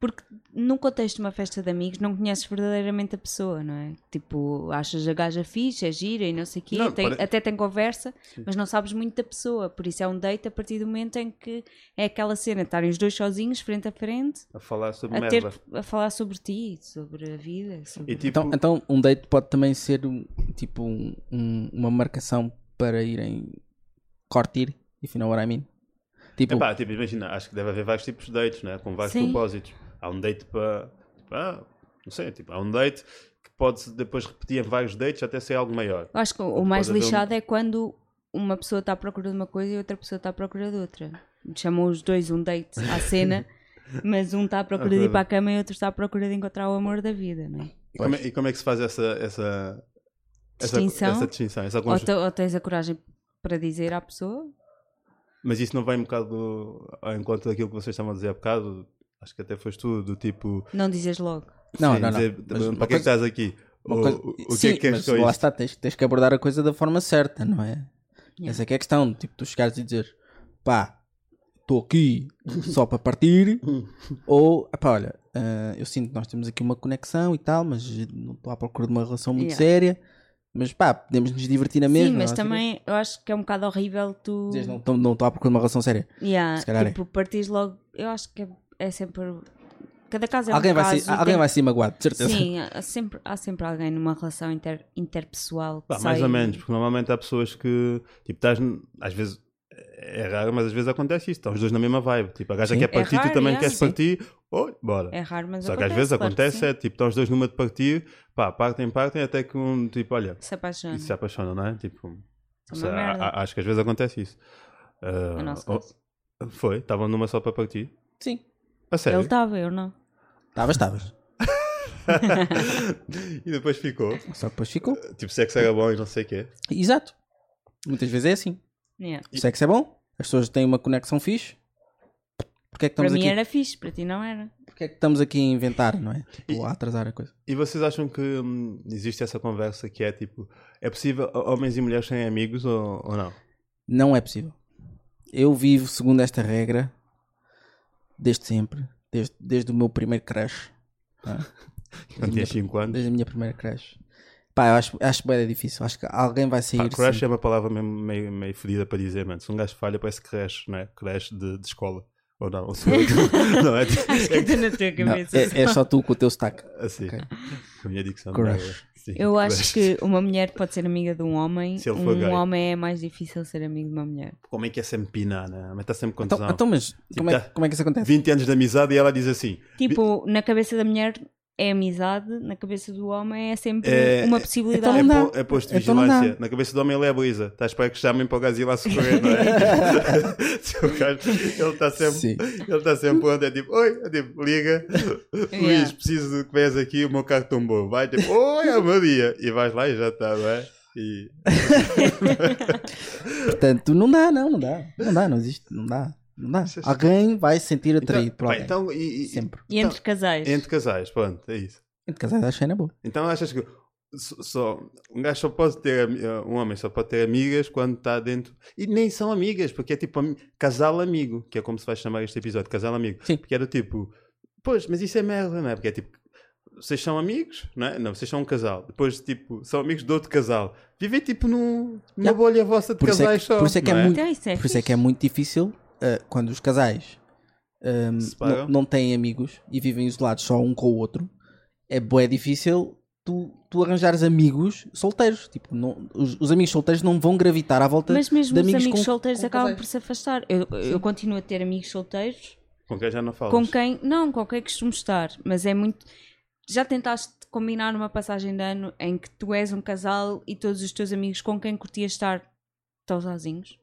Porque num contexto de uma festa de amigos não conheces verdadeiramente a pessoa, não é? Tipo, achas a gaja fixe, é gira e não sei o quê, Não, tem- pare- até tem conversa, mas não sabes muito da pessoa. Por isso é um date a partir do momento em que é aquela cena, estarem os dois sozinhos, frente a frente, a falar sobre a, ter, merda. a falar sobre ti, sobre a vida. sobre- E tipo, Então, então um date pode também ser um- tipo um- um- uma marcação para irem curtir, if you know what I mean. Tipo, epá, tipo, imagina, acho que deve haver vários tipos de dates, né? com vários Sim. propósitos. Há um date para. Tipo, ah, não sei, tipo, há um date que pode depois repetir em vários dates até ser algo maior. Eu acho que o mais haver um- lixado é quando uma pessoa está à procura de uma coisa e outra pessoa está à procura de outra. Chamam os dois um date à cena, mas um está à procura de ir para a cama e outro está à procura de encontrar o amor da vida, não é? E como, é, e como é que se faz essa. essa essa, Distinção? essa distinção, essa Ou, conju- então- te- ou tens a coragem para dizer à pessoa? mas isso não vai um bocado ao encontro daquilo que vocês estavam a dizer há bocado, acho que até foste tu, do tipo, Não dizes logo. não, sim, não, não, dizer, Mas para uma que é que coisa- estás aqui? uma Ou- coisa- o o que sim, é que queres mas com lá isso? está, tens, tens que abordar a coisa da forma certa, não é? Yeah. Essa é que é a questão. Tipo, tu chegares e dizer, pá, estou aqui só para partir, ou, pá, olha, ah, eu sinto que nós temos aqui uma conexão e tal, mas não estou à procura de uma relação muito Yeah. séria, mas pá, podemos nos divertir na mesma. Sim, mas É não sei o quê. também eu acho que é um bocado horrível tu. Dizes, não estou não estou à procura de uma relação séria. Yeah, se calhar é. tipo, partires logo. Eu acho que é, é sempre. Cada caso é alguém, um vai caso. ser, alguém tem- vai ser magoado, de certeza. Sim, há sempre, há sempre alguém numa relação inter, interpessoal. que Pá, mais sai- ou menos, porque normalmente há pessoas que, tipo, estás, n- às vezes, é raro, mas às vezes acontece isso, estão os dois na mesma vibe, tipo, a gaja Sim. quer partir, raro, tu também é. queres Sim. partir, oi, bora. É raro, mas Só que acontece, às vezes claro que acontece, sim. é, tipo, estão os dois numa de partir, pá, partem, partem, até que um, tipo, olha, Se apaixona. e se apaixonam, não é? Tipo, é uma sei, a- merda. a- acho que às vezes acontece isso. Ah, É o nosso oh, caso. foi, estavam numa só para partir, Sim. a Ele tá- sério, estava, eu não. Estavas, estavas. e depois ficou. Só que depois ficou. Tipo, sexo era bom e não sei o quê. Exato. Muitas vezes é assim. Yeah. O sexo é bom, as pessoas têm uma conexão fixe. Porquê é que Para estamos mim aqui? era fixe, para ti não era. Porquê é que estamos aqui a inventar, não é? Tipo, a atrasar a coisa. E vocês acham que hum, existe essa conversa que é tipo, é possível homens e mulheres serem amigos ou, ou não? Não é possível. Eu vivo segundo esta regra desde sempre, desde, desde o meu primeiro crush. tá? Quando tinhas 5 anos? Desde a minha primeira crush. Pá, eu acho, acho bem difícil. Acho que alguém vai sair. Pá, crush sim. é uma palavra mesmo meio, meio fodida para dizer, mano. Se um gajo falha, parece crash, não é? Crash de, de escola. Ou não? Ou sou eu que- não, é, é que- Fica na tua Não, cabeça. é, é só tu com o teu sotaque. assim. Ok. A minha dicção. Crush. não é- sim, Eu acho crush. que uma mulher pode ser amiga de um homem. Se ele for um gay. homem é mais difícil ser amigo de uma mulher. Como é que é sempre pinar, né? Mas está sempre Então, confusão. então, mas como é, tá. como é que isso acontece? 20 anos de amizade e ela diz assim: Tipo, na cabeça da mulher é amizade, na cabeça do homem é sempre É- uma é- possibilidade. Então é, não po- dá. é posto de Então não dá. vigilância. Na cabeça do homem ele é a brisa. Estás para que chamem para o gajo ir lá socorrer, não é? Se o gajo- ele está sempre. Sim. Ele está sempre onde é tipo, oi, é tipo, liga, Luís, preciso que vés aqui, o meu carro tombou. Vai tipo, oi, é o meu dia. E vais lá e já está, não é? E Portanto, não dá, não, não dá. Não dá, não existe, não dá. Não dá. Isso é- Alguém vai se sentir atraído então, por pá, alguém. então e, e- Sempre. E entre casais. então, entre casais, pronto, é isso. Entre casais, acho que é na boa. Então achas que só- só, um gajo só pode ter ami- uh, um homem só pode ter amigas quando está dentro e nem são amigas, porque é tipo ami- casal amigo, que é como se vai chamar este episódio, casal amigo, Sim. porque era tipo, pois, mas isso é merda, não é? Porque é tipo, vocês são amigos, não é? Não, vocês são um casal, depois tipo, são amigos de outro casal, vivem tipo num, numa Yeah. bolha vossa de Por isso é casais que- só. por isso é que é não muito- Então isso é Por isso é fixe. que é muito difícil ah, quando os casais ahm, Separam. não- não têm amigos e vivem isolados só um com o outro. É bué difícil tu, tu arranjares amigos solteiros. Tipo, não- os, os amigos solteiros não vão gravitar à volta Mas mesmo de os amigos amigos com- solteiros com acabam casais. por se afastar. Eu, eu continuo a ter amigos solteiros Com quem já não falas? com quem. Não, com quem costumo estar. Mas é muito. Já tentaste combinar uma passagem de ano em que tu és um casal e todos os teus amigos com quem curtias estar estão sozinhos,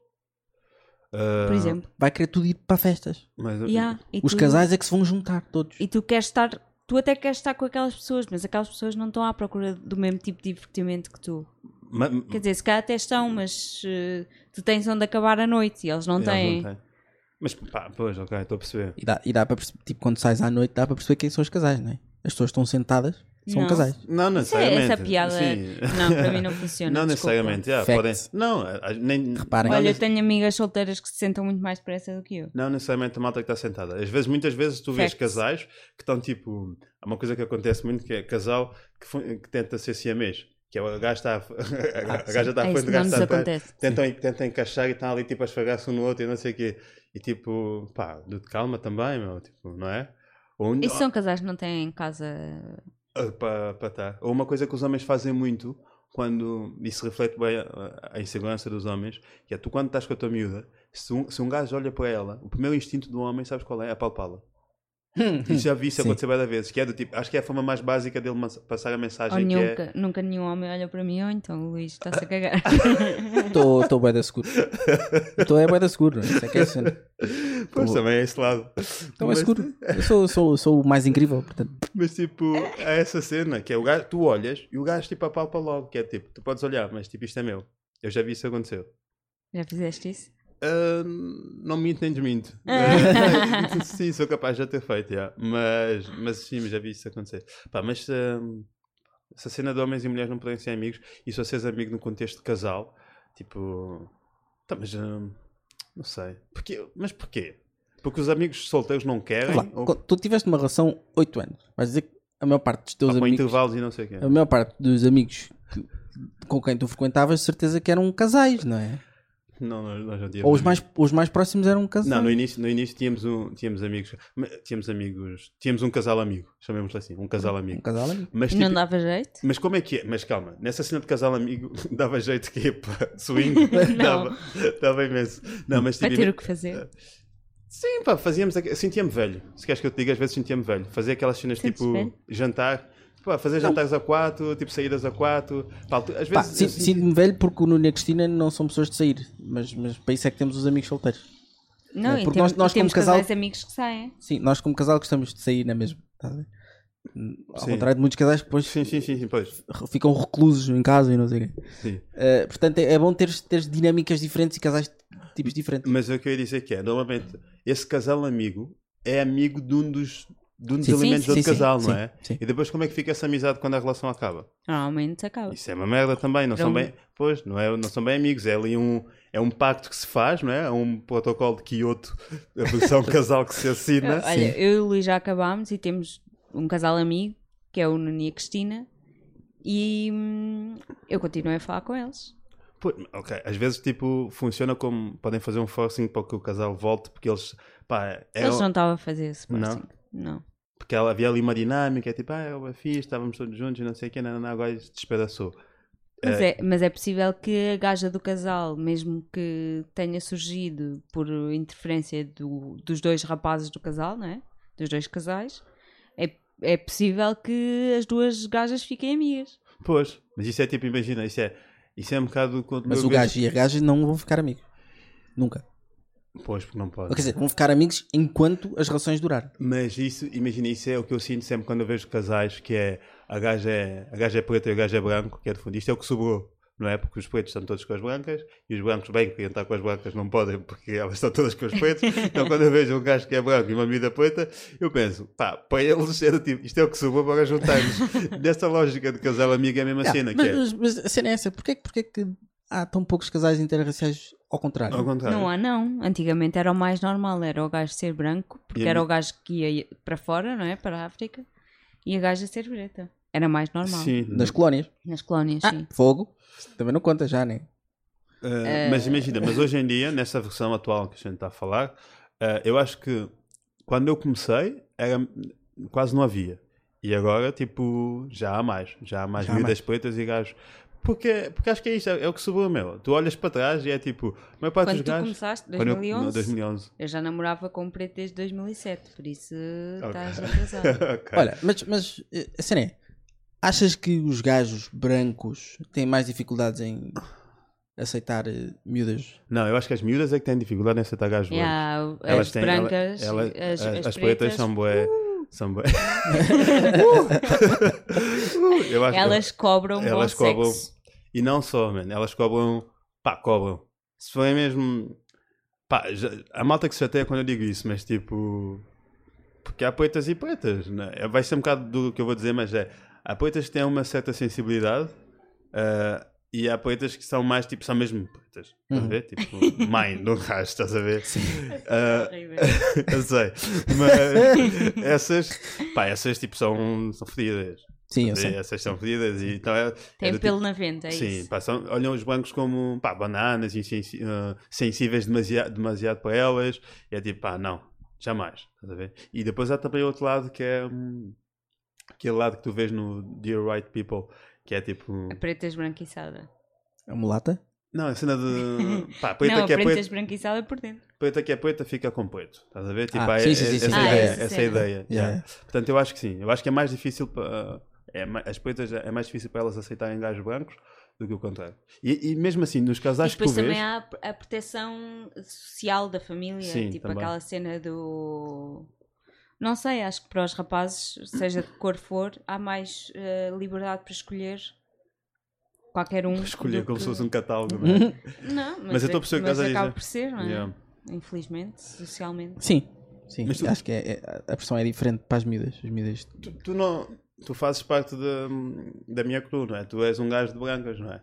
Ah, por exemplo. Vai querer tudo ir para festas. mas- eh, Yeah, e Os tu- casais é que se vão juntar todos. E tu queres estar. Tu até queres estar com aquelas pessoas, mas aquelas pessoas não estão à procura do mesmo tipo de divertimento que tu. ma- Quer dizer, se calhar até estão, mas eh, tu tens onde acabar a noite e eles não eles têm. têm. Mas pá, pois, ok, estou a perceber. E dá, e dá para perceber, tipo, quando sais à noite, dá para perceber quem são os casais, não é? As pessoas estão sentadas, são Não. casais. Não, não Isso é- necessariamente. Essa piada. Sim. Não, para mim não funciona. desculpa. Não necessariamente, já, Facts. podem. Não, a- a- nem, Reparem. não, Olha, eu nece- tenho amigas solteiras que se sentam muito mais depressa do que eu. não necessariamente a malta que está sentada. Às vezes, muitas vezes, tu vês Facts. casais que estão tipo. Há uma coisa que acontece muito que é casal que, fu- que tenta ser siamês. Que é o gajo está à f- a, sim. gaja está à É, frente, isso o não gajo nos está atrás. acontece. Tentam, tentam encaixar e estão ali tipo a esfagar-se um no outro e não sei o quê. E tipo, pá, de calma também, meu, tipo, não é? Ou, Isso são casais que não têm em casa. para tá. Ou uma coisa que os homens fazem muito, quando isso reflete bem ah, a, a insegurança dos homens, que é tu quando estás com a tua miúda, se um, se um gajo olha para ela, o primeiro instinto do homem, sabes qual é? É apalpá-la. E já vi isso Sim. acontecer várias vezes, que é do tipo, acho que é a forma mais básica dele mas- passar a Ou mensagem que nunca, é. nunca nenhum homem olha para mim, ou então o Luís está-se a cagar. Estou bué da seguro. Estou é bué da seguro. Isso é que é a cena. Pois também é esse lado. Então é Mas- seguro. Eu sou, sou, sou o mais incrível, portanto. Mas tipo, há essa cena que é o gajo, tu olhas e o gajo tipo apalpa logo, que é tipo, tu podes olhar, mas tipo, isto é meu. Eu já vi isso acontecer. Já fizeste isso? Ah, não minto nem desminto. É. Ah, sim, sou capaz de já ter feito, já. Mas, mas sim, já vi isso acontecer. Pá, mas ah, essa cena de homens e mulheres não podem ser amigos, e se vocês amigo no contexto de casal, tipo. Tá, mas. ah, não sei. Porquê? Mas porquê? Porque os amigos solteiros não querem? Vá lá. ou Quando Tu tiveste uma relação 8 anos. Vais dizer que a maior parte dos teus ou com amigos. intervalos e não sei o quê. A maior parte dos amigos que- com quem tu frequentavas, de certeza que eram casais, não é? Não, nós, nós não tínhamos Ou os amigos. mais, os mais próximos eram casais. Não, no início, no início tínhamos, um, tínhamos amigos. Tínhamos amigos. Tínhamos um casal amigo, chamemos-lhe assim, um casal Um amigo. casal amigo. Mas, Não tipo, dava jeito? Mas como é que é? Mas calma, nessa cena de casal amigo dava jeito que ia para swing? Dava, dava imenso. Não, mas Vai tipo, ter o que fazer. Sim, pá, fazíamos. aque- Sentia-me velho. Se queres que eu te diga, às vezes sentia-me velho. Fazia aquelas cenas Sentes tipo velho? jantar. Pá, fazer jantares a quatro, tipo saídas a quatro. Pá, tu- às Pá, vezes. sin- sinto-me velho porque o Nuno e a Cristina não são pessoas de sair. Mas, mas para isso é que temos os amigos solteiros. Não, É, e porque temos, nós- nós e temos como casal- casais amigos que saem. Sim, nós como casal gostamos de sair na mesma. é tá a ver? Ao Sim. contrário de muitos casais que depois Sim, sim, sim, sim, pois. re- ficam reclusos em casa e não sei o quê. Sim. Eh, portanto, é, é bom teres, teres dinâmicas diferentes e casais de tipos diferentes. Mas o que eu ia dizer que é, normalmente, esse casal amigo é amigo de um dos, de um dos Sim, sim, elementos do sim, outro sim, casal, sim, não é? sim. E depois como é que fica essa amizade quando a relação acaba? Normalmente acaba. Isso é uma merda também, não são Era um- bem. Pois, não, é, não são bem amigos, é ali um. É um pacto que se faz, não é? É um protocolo de Kyoto, a posição casal que se assina. Eu- Ah, Olha, eu e o Luís já acabámos e temos um casal amigo, que é o Nuno e a Cristina, e hum, eu continuei a falar com eles. Pois, ok, às vezes tipo funciona como podem fazer um forcing para que o casal volte porque eles pá, é, Eles não estavam a fazer esse Não? posting. Não. porque ela- havia ali uma dinâmica, é tipo, ah, eu a fiz, estávamos todos juntos e não sei o que, não, não, agora se despedaçou. Mas Eh, é, mas é possível que a gaja do casal, mesmo que tenha surgido por interferência do- dos dois rapazes do casal, não é? Dos dois casais, é, é possível que as duas gajas fiquem amigas. Pois, mas isso é tipo, imagina, isso é isso é um bocado quando Mas eu o vejo- gajo e a gaja não vão ficar amigos. Nunca. Pois, porque não pode. Ou, quer dizer, vão ficar amigos enquanto as relações durarem. Mas isso, imagina, isso é o que eu sinto sempre quando eu vejo casais, que é a gaja é, a gaja é preta e o gajo é branco, que é de fundo. Isto é o que sobrou, não é? Porque os pretos estão todos com as brancas e os brancos bem que queriam estar com as brancas não podem porque elas estão todas com os pretos. Então quando eu vejo um gajo que é branco e uma miúda preta, eu penso, pá, para eles era tipo, isto é o que sobrou para juntarmos. Nesta lógica de casal amigo é a mesma Yeah, cena, que mas, é. mas- mas a cena é essa. Porquê, que- porquê que há tão poucos casais interraciais ao contrário? Ao contrário. Não é há, não. Antigamente era o mais normal, era o gajo ser branco, porque E a era mi- o gajo que ia para fora, não é? Para a África, e a gaja ser preta. Era mais normal. Sim, é Nas colónias. Nas colónias, sim. Ah, fogo. Também não conta já, né? Uh, mas imagina, mas hoje em dia, nessa versão atual que a gente está a falar, uh, eu acho que quando eu comecei, era, quase não havia. E agora, tipo, já há mais. Já há mais Já há miúdas pretas e gajos. Porque, porque acho que é isto, é, é o que sobrou meu. Tu olhas para trás e é tipo, a maior parte Quando dos tu gajos. começaste, quando eu- 2011, não, 2011. eu já namorava com um preto desde 2007, por isso Ok. estás atrasado. Ok. Olha, mas, mas eh, a cena é. Achas que os gajos brancos têm mais dificuldades em aceitar eh, miúdas? Não, eu acho que as miúdas é que têm dificuldade em aceitar gajos. brancos. Yeah, Elas as têm- brancas, ela- ela- as, as pretas, são bué. São bué. Uh! Eu acho- elas cobram elas elas cobram. sexo. E não só, man, elas cobram, pá, cobram. Se forem mesmo, pá, já- a malta que se chateia quando eu digo isso, mas tipo, porque há poetas e poetas, né? É, vai ser um bocado do que eu vou dizer, mas é, há poetas que têm uma certa sensibilidade ah, e há poetas que são mais, tipo, são mesmo poetas, estás a ver? Tipo, mãe do raio, estás a ver? Sim. eh, eu sei, mas essas, pá, essas, tipo, são, são fedidas. Sim, eu sei. Essas são fedidas e então é, é Tem do pelo tipo- na venta, é Sim, isso. pá, são- olham os bancos como pá, bananas e sensi- ah, sensíveis demasiado, demasiado para elas. E é tipo, pá, não, jamais. Estás a ver? E depois há também outro lado que é hum, aquele lado que tu vês no Dear White People, que é tipo. A preta esbranquiçada. A mulata? Não, a cena de. Pá, poeta não, que é a preta poeta, esbranquiçada por dentro. poeta que é poeta fica com poeta. Estás a ver? Tipo, Ah, há sim, e- sim, sim, essa sim. ideia. Ah, essa essa cena. ideia. Já, yeah. Portanto, eu acho que sim. Eu acho que é mais difícil para. é ma- as poetas é mais difícil para elas aceitarem gajos brancos do que o contrário. E, e mesmo assim, nos casais e que tu depois vês. também há a a proteção social da família, Sim, tipo também. aquela cena do. Não sei, acho que para os rapazes, seja de que cor for, há mais eh, liberdade para escolher qualquer um. Para escolher do como que- se fosse um catálogo, não é? Uhum. Não, mas, Mas é- eu estou a perceber o que mas estás a acaba dizer. por ser, não é? Yeah. Infelizmente, socialmente. Sim. Sim, Mas tu- acho que é- é- a pressão é diferente para as miúdas. As miúdas tu, tu não. Tu fazes parte da, da minha crew, não é? Tu és um gajo de brancas, não é?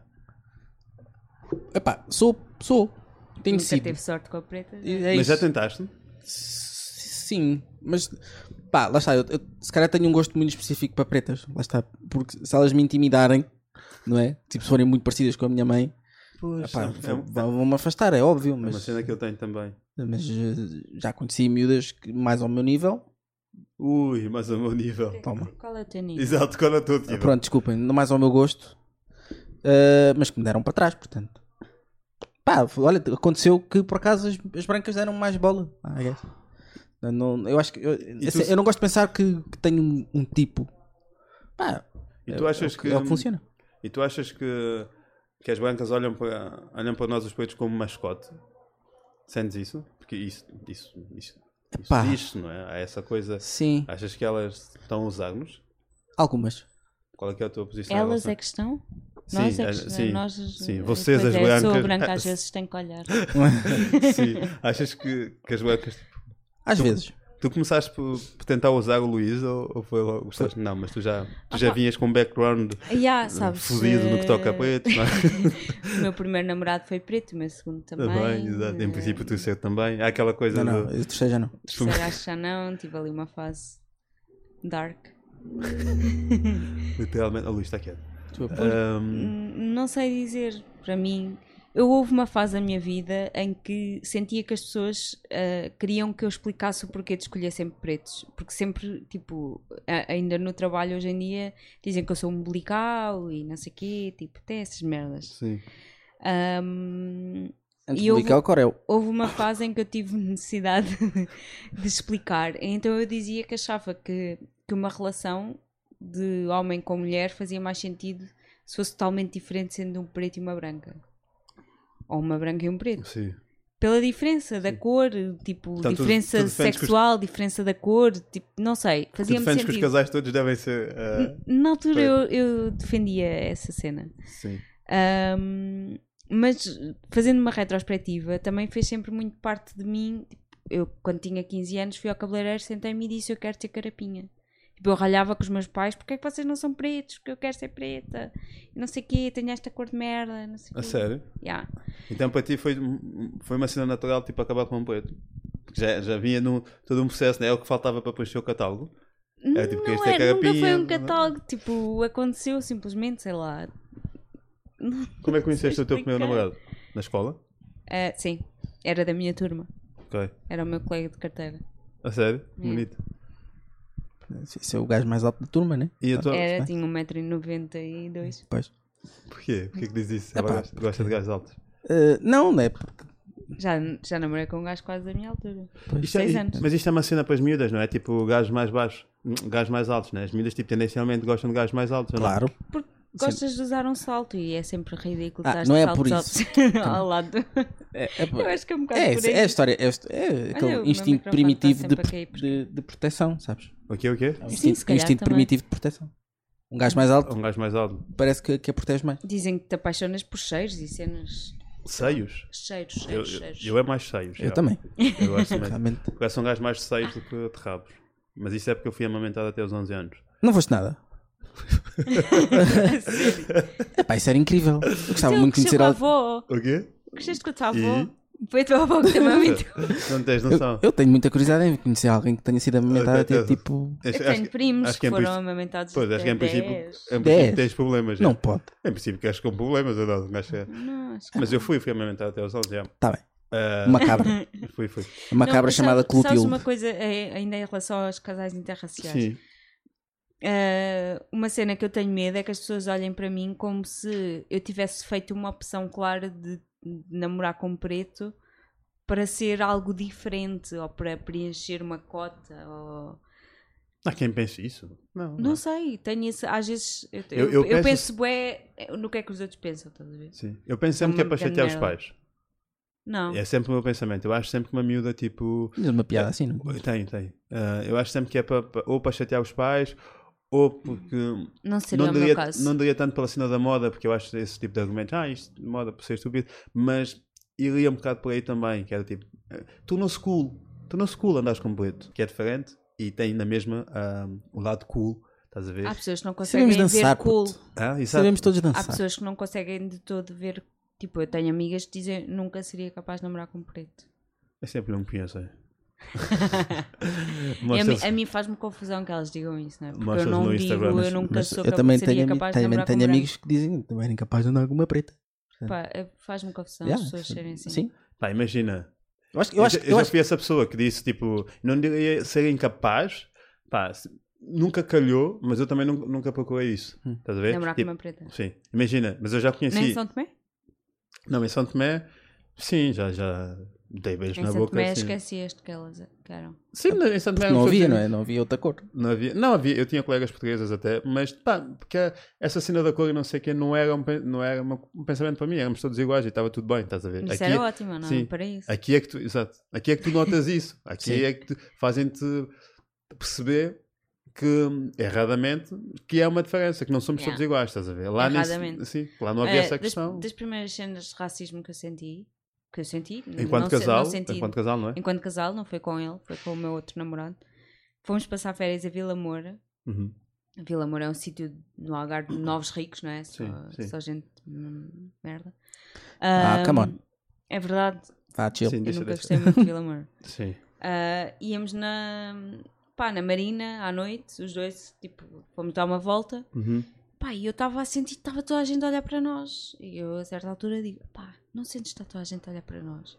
Epá, sou, sou. Tenho Nunca sido. teve sorte com a preta. não é? E é Mas já isso. tentaste? Sim, mas pá, lá está. Eu, eu, se calhar tenho um gosto muito específico para pretas. Lá está. Porque se elas me intimidarem, não é? Tipo, se forem muito parecidas com a minha mãe, Pois, epá, é, vão- um- vão-me afastar, é óbvio. é uma Mas, cena que eu tenho também. mas eh, já conheci miúdas que, mais ao meu nível. Ui, mas a meu nível. Toma. Qual é o teu nível? Exato, quando eu estou tipo. Pronto, desculpem, não mais ao meu gosto. eh, mas que me deram para trás, portanto. Pá, olha, aconteceu que por acaso as, as brancas deram mais bola. I guess. Não, não- eu acho que. Eu, tu assim, se- eu não gosto de pensar que, que tenho um, um tipo. Pá, E é- tu achas é, o que. é o que funciona. E tu achas que, que as brancas olham para, olham para nós os pretos como mascote? Sentes isso? Porque isso, isso, isso, isso Epá. diz, não é? Há essa coisa. Sim. Achas que elas estão a usar-nos? Algumas. Qual é, que é a tua posição? em Elas relação- é que estão? Sim, nós é que eh, estamos. sim, nós, sim. eh, Vocês, pois as é, eu Sou brancas- branca, às eh, vezes tenho que olhar. é Sim. Achas que, que as brancas. Às vezes. Tu começaste por, por tentar usar o Luís ou, ou foi logo. Gostaste? Não, mas tu já, tu já vinhas com um background yeah, eh, sabes, fodido no que toca a eh, preto, não é? O meu primeiro namorado foi preto, o meu segundo também. Também, Tá exato. Em eh, princípio, tu ser também. Há aquela coisa Não, não, do. eu terceiro já não. Terceiro acho que já não, tive ali uma fase dark. Literalmente. A luz está quieta. Desculpa. Ahm, Hum, Não sei dizer, para mim, eu houve uma fase da minha vida em que sentia que as pessoas ah, queriam que eu explicasse o porquê de escolher sempre pretos, porque sempre, tipo, a- ainda no trabalho hoje em dia, dizem que eu sou umbilical e não sei o quê, tipo, tem essas merdas. Hum, sim. Ahm, Antes e de eu publicar o Corel. houve uma fase em que eu tive necessidade de explicar. Então eu dizia que achava que, que uma relação de homem com mulher fazia mais sentido se fosse totalmente diferente sendo um preto e uma branca. Ou uma branca e um preto. Sim. Pela diferença da cor, tipo, Então, tu- tu diferença defendes que os- sexual, diferença da cor, tipo, não sei, Tu fazia-me defendes que os sentido. casais todos devem ser. eh, Na altura eu, eu defendia essa cena. sim. Um, mas fazendo uma retrospectiva, também fez sempre muito parte de mim. tipo, Eu, quando tinha 15 anos, fui ao cabeleireiro, sentei-me e disse: Eu quero ter carapinha. Tipo, eu ralhava com os meus pais: Porque é que vocês não são pretos? Porque eu quero ser preta. Não sei o quê, tenho esta cor de merda. Não sei o A quê." sério. Yeah. Então para ti foi, foi uma cena natural tipo acabar com um preto. Porque Já, já vinha num, todo um processo, né? É o que faltava para preencher o catálogo. É tipo que não isto é é, nunca foi carapinha, um não- catálogo. Tipo, aconteceu simplesmente, sei lá. Como é que conheceste o teu explicar. primeiro namorado? Na escola? Ah, sim, era da minha turma. Ok. Era o meu colega de carteira. A sério? É. Bonito. Esse esse é o gajo mais alto da turma, né? E a tua. Era, tinha 1,92m. Pois. Porquê? Porquê que diz isso? Epá, Ela gosta, gosta de gajos altos. Eh, não, não é porque. Já, já namorei com um gajo quase da minha altura. Isto é- Seis i- anos. mas isto é uma cena para as miúdas, não é? Tipo gajos mais baixos, hum, gajos mais altos, né? As miúdas tipo, tendencialmente gostam de gajos mais altos, ou não? Claro. Porque gostas de usar um salto e é sempre ridículo Ah, usar não é saltos por isso. altos ao lado. É, é, Eu acho que é um bocado é, por esse- aí. é a história. É, a hist- é aquele o meu microfone instinto tá primitivo de, sempre a cair por- de, de proteção, sabes? O quê? O quê? É um Sim, instinto, se calhar instinto também. primitivo de proteção. Um gajo mais alto Um gajo mais alto. parece que, que a protege mais. Dizem que te apaixonas por cheiros e cenas. Seios? Cheiros, Eu, cheiros, eu, cheiros. eu é mais seios. Eu já. também. Eu gosto mais. Realmente. Porque são gajos mais de seios do que de rabos. Mas isso é porque eu fui amamentado até os 11 anos. Não foste nada. Epá, isso era incrível. Eu gostava Então, muito de cresceu conhecer com a algo. avó. O quê? Cresceste com a tua avó. Foi a tua avó que também me deu. Não tens Eu, noção. eu tenho muita curiosidade em conhecer alguém que tenha sido amamentado Eu- até eu- tipo. Eu tenho primos que, em foram princípio- amamentados é Pois, acho que é até em princípio, 10. em Dez. princípio tens problemas. já. Não pode. Em princípio queres com problemas, eu não, acho que é. Não, acho que Mas eu fui, fui amamentado até aos 11 anos. Está Tá bem. Ah, Uma cabra. fui, fui. Uma Não, cabra mas chamada sabes- sabes Clotilde. uma coisa eh, ainda em relação aos casais interraciais? Sim. Uh, uma cena que eu tenho medo é que as pessoas olhem para mim como se eu tivesse feito uma opção clara de namorar com um preto para ser algo diferente ou para preencher uma cota ou... Há quem pense isso? Não. não sei, tenho esse, às vezes eu, Eu- eu, eu eu penso- penso bué no que é que os outros pensam, estás a ver? Sim. Eu penso sempre É que é uma para grande chatear os merda. pais. Não, É sempre o meu pensamento. Eu acho sempre que uma miúda, tipo... Diz uma piada assim, não? Tenho, tenho. Ah, eu acho sempre que é para, para- ou para chatear os pais, ou porque não Hum. seria não o meu daria, caso. não daria tanto pela cena da moda, porque eu acho esse tipo de argumento, ah, isto de moda por ser estúpido, mas iria um bocado por aí também, que era tipo, eh, tu não se cool, tu não se cool andares com preto, que é diferente e tem na mesma ah, o lado cool, estás a ver? Há pessoas que não Sabemos conseguem dançar. ver cool. puto. Ah, exato. Sabemos todos Há dançar. pessoas que não conseguem de todo ver. Tipo, eu tenho amigas que dizem nunca seria capaz de namorar com um preto. É sempre um pinhaço. é. E É, a, mim- Mostra-se- a mim faz-me confusão que elas digam isso, não é? Porque eu Mostras no não digo, Instagram, eu nunca Mas sou eu capaz, também seria tenho, ami- capaz de também namorar tenho com um amigos que dizem também era incapaz de andar com uma preta. brancos. Pá, é- faz-me confusão Yeah, as pessoas serem assim. Sim. Pá, imagina. Eu acho, eu Eu, acho, já, eu eu já acho- fui essa pessoa que disse, tipo, não diria ser incapaz, pá, se- nunca calhou, mas eu também nun- nunca, procurei isso, Hum. estás a ver? Namorar Tipo, com uma preta. Sim, imagina, mas eu já conheci. é Nem em São Tomé? Não, em São Tomé, sim, já, já dei beijo Em na São boca. Tomé assim. esqueceste que elas que eram. Sim, na- em São Tomé não foi havia, assim. não é? Não havia outra cor. Não havia, não havia, eu tinha colegas portuguesas até, mas pá, porque essa cena da cor e não sei o quê não era, um, pe- não era uma- um pensamento para mim, éramos todos iguais e estava tudo bem, estás a ver? Isso Aqui- era ótimo, não? sim. Para isso. Aqui é que tu, exato, aqui é que tu notas isso. Aqui Sim. é que tu- fazem-te perceber que, erradamente, que há uma diferença, que não somos Yeah. todos iguais, estás a ver? Lá, nem se- Erradamente. sim, lá não havia Eh, essa das, questão. das primeiras cenas de racismo que eu senti, que eu senti, n- enquanto, não, se- casal, não senti, enquanto casal, não é? enquanto casal, não foi com ele, foi com o meu outro namorado. Fomos passar férias a Vila Moura. Uhum. Vila Moura é um sítio no Algarve de novos ricos, não é? Só, Sim, sim. só gente hum, merda. Ah, come on. É verdade, Tá, chill. Sim, eu deixa, nunca deixa. gostei muito de Vila Moura. Sim. Ah, íamos na, pá, na marina à noite, os dois, tipo, fomos dar uma volta. Uhum. Pá, e eu estava a sentir que estava toda a gente a olhar para nós. E eu, a certa altura, digo: pá, não sentes que está toda a gente a olhar para nós?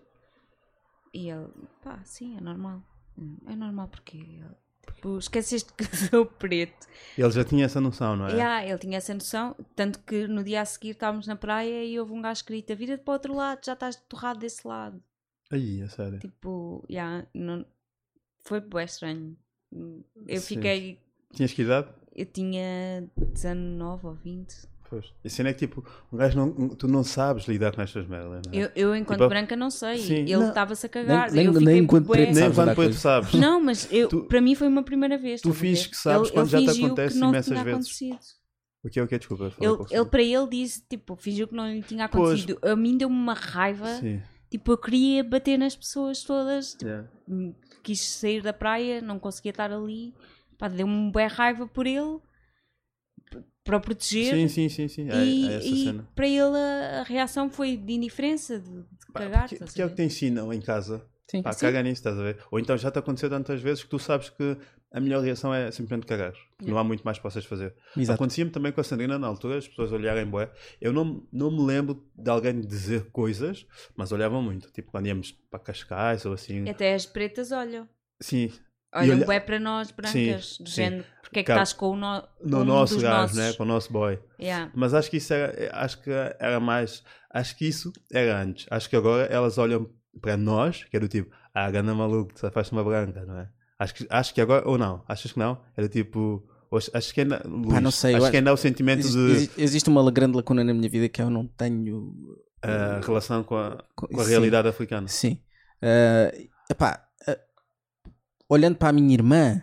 E ele: pá, sim, é normal. Hum, É normal porque ele, tipo, esqueceste que sou preto. Ele já tinha essa noção, não é? E, ah, ele tinha essa noção. Tanto que no dia a seguir estávamos na praia e houve um gajo que grita: vira-te para o outro lado, já estás torrado desse lado. Aí, é sério. Tipo, já, não... foi bem estranho. Hum, Eu Sim. fiquei, Tinhas que idade? eu tinha 19 ou 20. Pois. A cena é que tipo, um gajo não, tu não sabes lidar com estas merdas, não é? Eu, eu enquanto Tipo, branca, não sei. sim. Ele Não. estava-se a cagar. nem- eu nem fiquei enquanto bué- preto Nem Sabes quando lidar com depois tu isso. sabes. Não, mas eu, Tu- para mim foi uma primeira vez. tu estás a finges ver? que sabes ele, quando ele já te fingiu acontece que não imensas tinha vezes. Acontecido. O que é o que é? Desculpa. falei Ele, pouco ele, para ele, disse, tipo, fingiu que não lhe tinha Pois. acontecido. A mim deu-me uma raiva. Sim. Tipo, eu queria bater nas pessoas todas. Tipo, Yeah. hum, quis sair da praia, não conseguia estar ali. Pá, deu-me uma boa raiva por ele. p- Para o proteger. Sim, sim, sim, sim. É, E, é essa e cena. para ele a, a reação foi de indiferença, de, de Pá, cagar. porque, estás a porque é o ver? que te ensinam em casa. Sim. Pá, Sim. caga nisso, estás a ver? Ou então já te aconteceu tantas vezes que tu sabes que a melhor reação é simplesmente cagar. que Não há muito mais para vocês fazer. Exato. Acontecia-me também com a Sandrina na altura, as pessoas olharem bué. Eu não, não me lembro de alguém dizer coisas, mas olhavam muito. Tipo, quando íamos para Cascais ou assim. Até as pretas olham. Sim, Olham olha- bué para nós, brancas, Sim, do sim. género. Porque é que Cá- estás com o no... no um nosso dos gajo, nossos. né? com o nosso boy. Yeah. Mas acho que isso era, eh, acho que era mais. Acho que isso era antes. Acho que agora elas olham para nós, que é do tipo, ah, ganda maluco, só faz uma branca, não é? Acho que, acho que agora, ou não, achas que não? Era tipo. ou Acho acho que ainda. Luís, não sei, eu acho acho- que ainda há o sentimento Exi- de exi- Existe uma grande lacuna na minha vida que eu não tenho ah, relação com a, Co- com a sim. realidade africana. Sim. Ah, epá, ah, olhando para a minha irmã.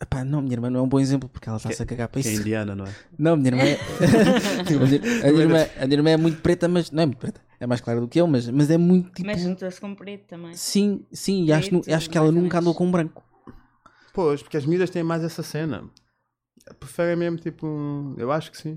Epá, não, minha irmã não é um bom exemplo porque ela está-se a cagar para Que é isso. indiana, não é? Não, minha irmã, é... a, minha, a minha irmã. a minha irmã é muito preta, mas não é muito preta. É mais clara do que eu, mas, mas é muito tipo. um Mas juntou-se com preto também. Sim, sim, e acho, que nu- Preto, acho que ela mais ou nunca menos. andou com um branco. Pois, porque as miúdas têm mais essa cena. Preferem mesmo, tipo. Eu acho que sim.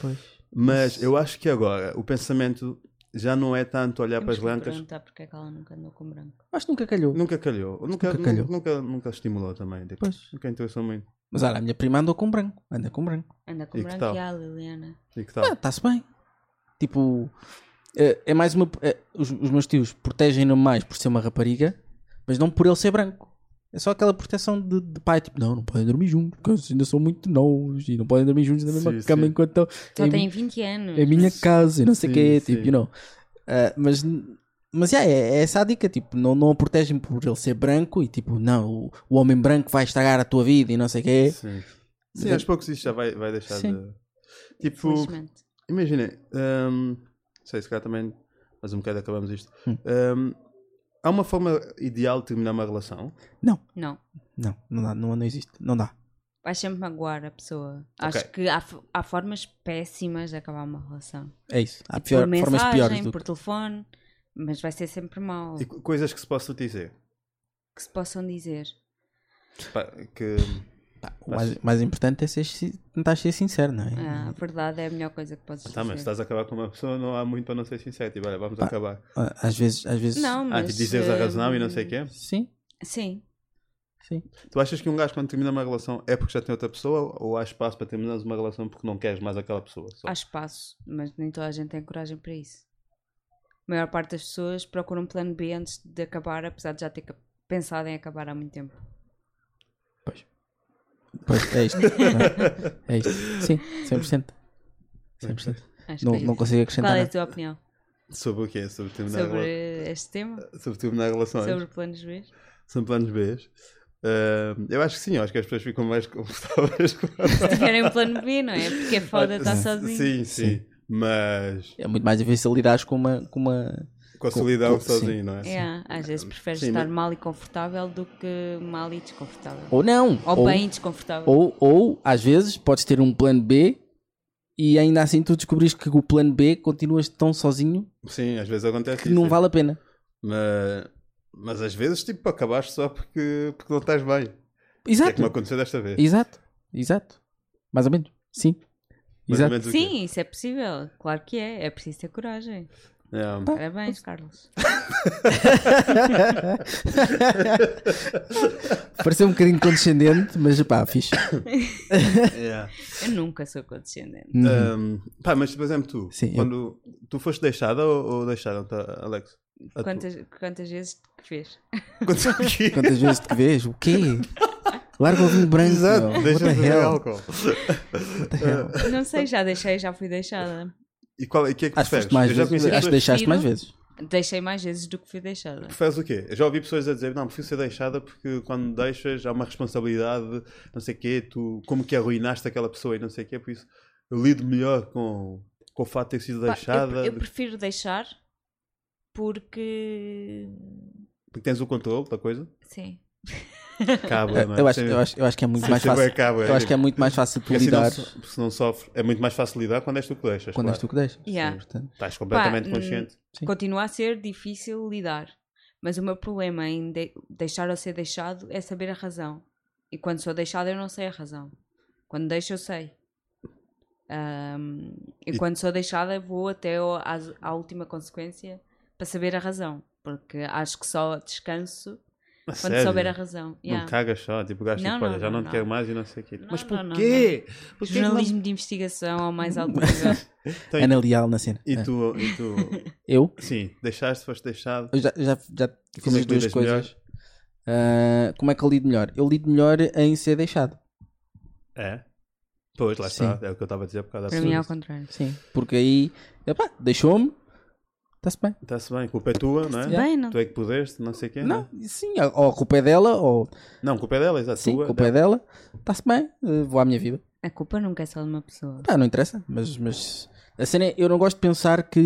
Pois. Mas eu acho que agora o pensamento já não é tanto olhar Temos para as que brancas. perguntar porque é que ela nunca andou com branco. Acho que nunca calhou. Nunca calhou. Nunca, Nunca nunca, calhou. nunca, nunca estimulou também. Tipo, Pois. Nunca interessou muito. Mas olha, a minha prima andou com um branco. Anda com um branco. Anda com E que branco tal? e a Liliana. E que tal? Ah, está-se bem. Tipo, é, é mais uma. é, os, os meus tios protegem-no mais por ser uma rapariga, mas não por ele ser branco. É só aquela proteção de, de pai, tipo, não, não podem dormir juntos, porque eles ainda são muito novos e não podem dormir juntos na mesma Sim, cama sim. enquanto estão. Só em- tem 20 anos. é a minha casa e não sei o Sim, que é, sim. tipo, you know. Ah, mas, mas yeah, é, é essa a dica, tipo, não, não a protegem por ele ser branco e tipo, não, o, o homem branco vai estragar a tua vida e não sei o É. que Sim. Sim, aos poucos isto já vai, vai deixar Sim. de. Tipo, Felizmente. imagina. hum, não sei se calhar também. Mas um bocado acabamos isto. Hum, há uma forma ideal de terminar uma relação. Não, Não. não, não, dá, não, não existe, não dá. Vai sempre magoar a pessoa. Ok. Acho que há, f- há formas péssimas de acabar uma relação. Tipo, É isso, há Por pior, formas mensagem, piores do por que. telefone, mas vai ser sempre mal. E co- coisas que se possa dizer. Que se possam dizer. Pá, que. O mais, mais importante é ser, si- tentar ser sincero, não é? Ah, a verdade tipo, é a melhor coisa que podes dizer. Uhum. Tá, mas estás a acabar com uma pessoa, não há muito para não ser sincero. Tipo, olha, vamos acabar. Ah, Às vezes, às vezes. Não, Ah, mas. tipo, dizeres a eh, razão e não sei o quê. Sim, Sim. sim. Tu achas que um gajo quando termina uma relação é porque já tem outra pessoa ou há espaço para terminarmos uma relação porque não queres mais aquela pessoa? Só? Há espaço, mas nem toda a gente tem coragem para isso. A maior parte das pessoas procura um plano B antes de acabar, apesar de já ter ca- pensado em acabar há muito tempo. Pois, é isto. não é? é isto. Sim, 100%. 100%. Acho Não, que é não isso. consigo Qual acrescentar. é a nada. tua opinião Sobre o quê? Sobre terminar, sobre rela- este tema? sobre terminar relações? Sobre planos B? São planos B. eu acho que sim, eu acho que as pessoas ficam mais confortáveis com a Se tiverem um plano B, não é? Porque é foda estar sozinho. Sim, sim. Mas. É muito mais difícil lidar com uma, com uma com a solidão sim. sozinho, não é? É, às vezes preferes Sim, estar mas- mal e confortável do que mal e desconfortável. Ou não. Ou, bem e desconfortável. Ou, ou, às vezes, podes ter um plano B e ainda assim tu descobris que o plano B continuas tão sozinho Sim, às vezes acontece que isso. não vale a pena. Mas, mas às vezes, tipo, acabaste só porque, porque não estás bem. Que é que Exato. me aconteceu desta vez. Exato. Exato. Mais ou menos. Sim. Mais ou Exato. menos o quê? Sim, isso é possível. Claro que é. É preciso ter coragem. É. Parabéns, Carlos. Pareceu um bocadinho condescendente, mas pá, fixe. É. Eu nunca sou condescendente. Um, pá, mas por exemplo, tu, Sim, eu- quando tu foste deixada ou, ou deixaram-te, Alex? A tu- Quantas, quantas vezes que fez? Quantas aqui? Quantas vezes te vejo? O quê? Larga o vinho branco. Exato, meu. deixa de What the beber hell? álcool. Não sei, já deixei, já fui deixada. E qual e o que é que Acho que preferes? foste mais Eu já vezes. conheci Acho que pessoas- deixaste mais Prefiro- vezes. Deixei mais vezes do que fui deixada. Preferes o quê? Eu já ouvi pessoas a dizer, não, prefiro ser deixada porque quando deixas há uma responsabilidade, não sei o quê, tu como que arruinaste aquela pessoa e não sei o quê, por isso eu lido melhor com, com o fato de ter sido Pá, eu- deixada, eu, do- prefiro deixar porque. porque tens o controle da coisa. Sim. Cabo, Eu, não é? eu acho, Sim. eu, acho, eu acho que é muito mais Sim, fácil. é cabo, Eu acho que é muito mais fácil tu porque assim não lidar so- se não sofre, é muito mais fácil lidar quando és tu que deixas. quando és claro. Então, tu que deixas. é Yeah. Portanto, Estás completamente Pá, hum, consciente. Sim. Continua a ser difícil lidar, mas o meu problema em de- deixar ou ser deixado é saber a razão. E quando sou deixado, eu não sei a razão. Quando deixo, eu sei. Ahm, e, E- quando sou deixada, eu vou até ao- às- à última consequência para saber a razão, porque acho que só descanso A quando sério? souber a razão. Não Yeah. cagas só, tipo, gajo Não, tipo, olha, não, já não, não, te não. quero mais e não sei o quê. Não, Mas não, porquê? Porquê que não- Jornalismo de investigação ao mais alto nível. Tem- Ana Leal na cena. E É. tu, e tu, Eu? sim, deixaste, foste deixado. Eu já, já, já E fiz como é as que duas lidas melhor? coisas. Ah, como é que eu lido melhor? Eu lido melhor em ser deixado. É? Pois, lá Sim. está, é o que eu estava a dizer por causa da Para mim é ao pessoa. contrário. Sim. Porque aí, epá, deixou-me, está-se bem. Está-se bem, a culpa é tua, não é? Está-se bem, não? Tu é que pudeste, não sei o quê. Não, sim, ou a culpa é dela, ou Não, a culpa é dela, exato. sim, tua, a culpa é dela, está-se bem, eh, vou à minha vida. A culpa nunca é só de uma pessoa. Pá, não interessa, mas, mas a cena é, eu não gosto de pensar que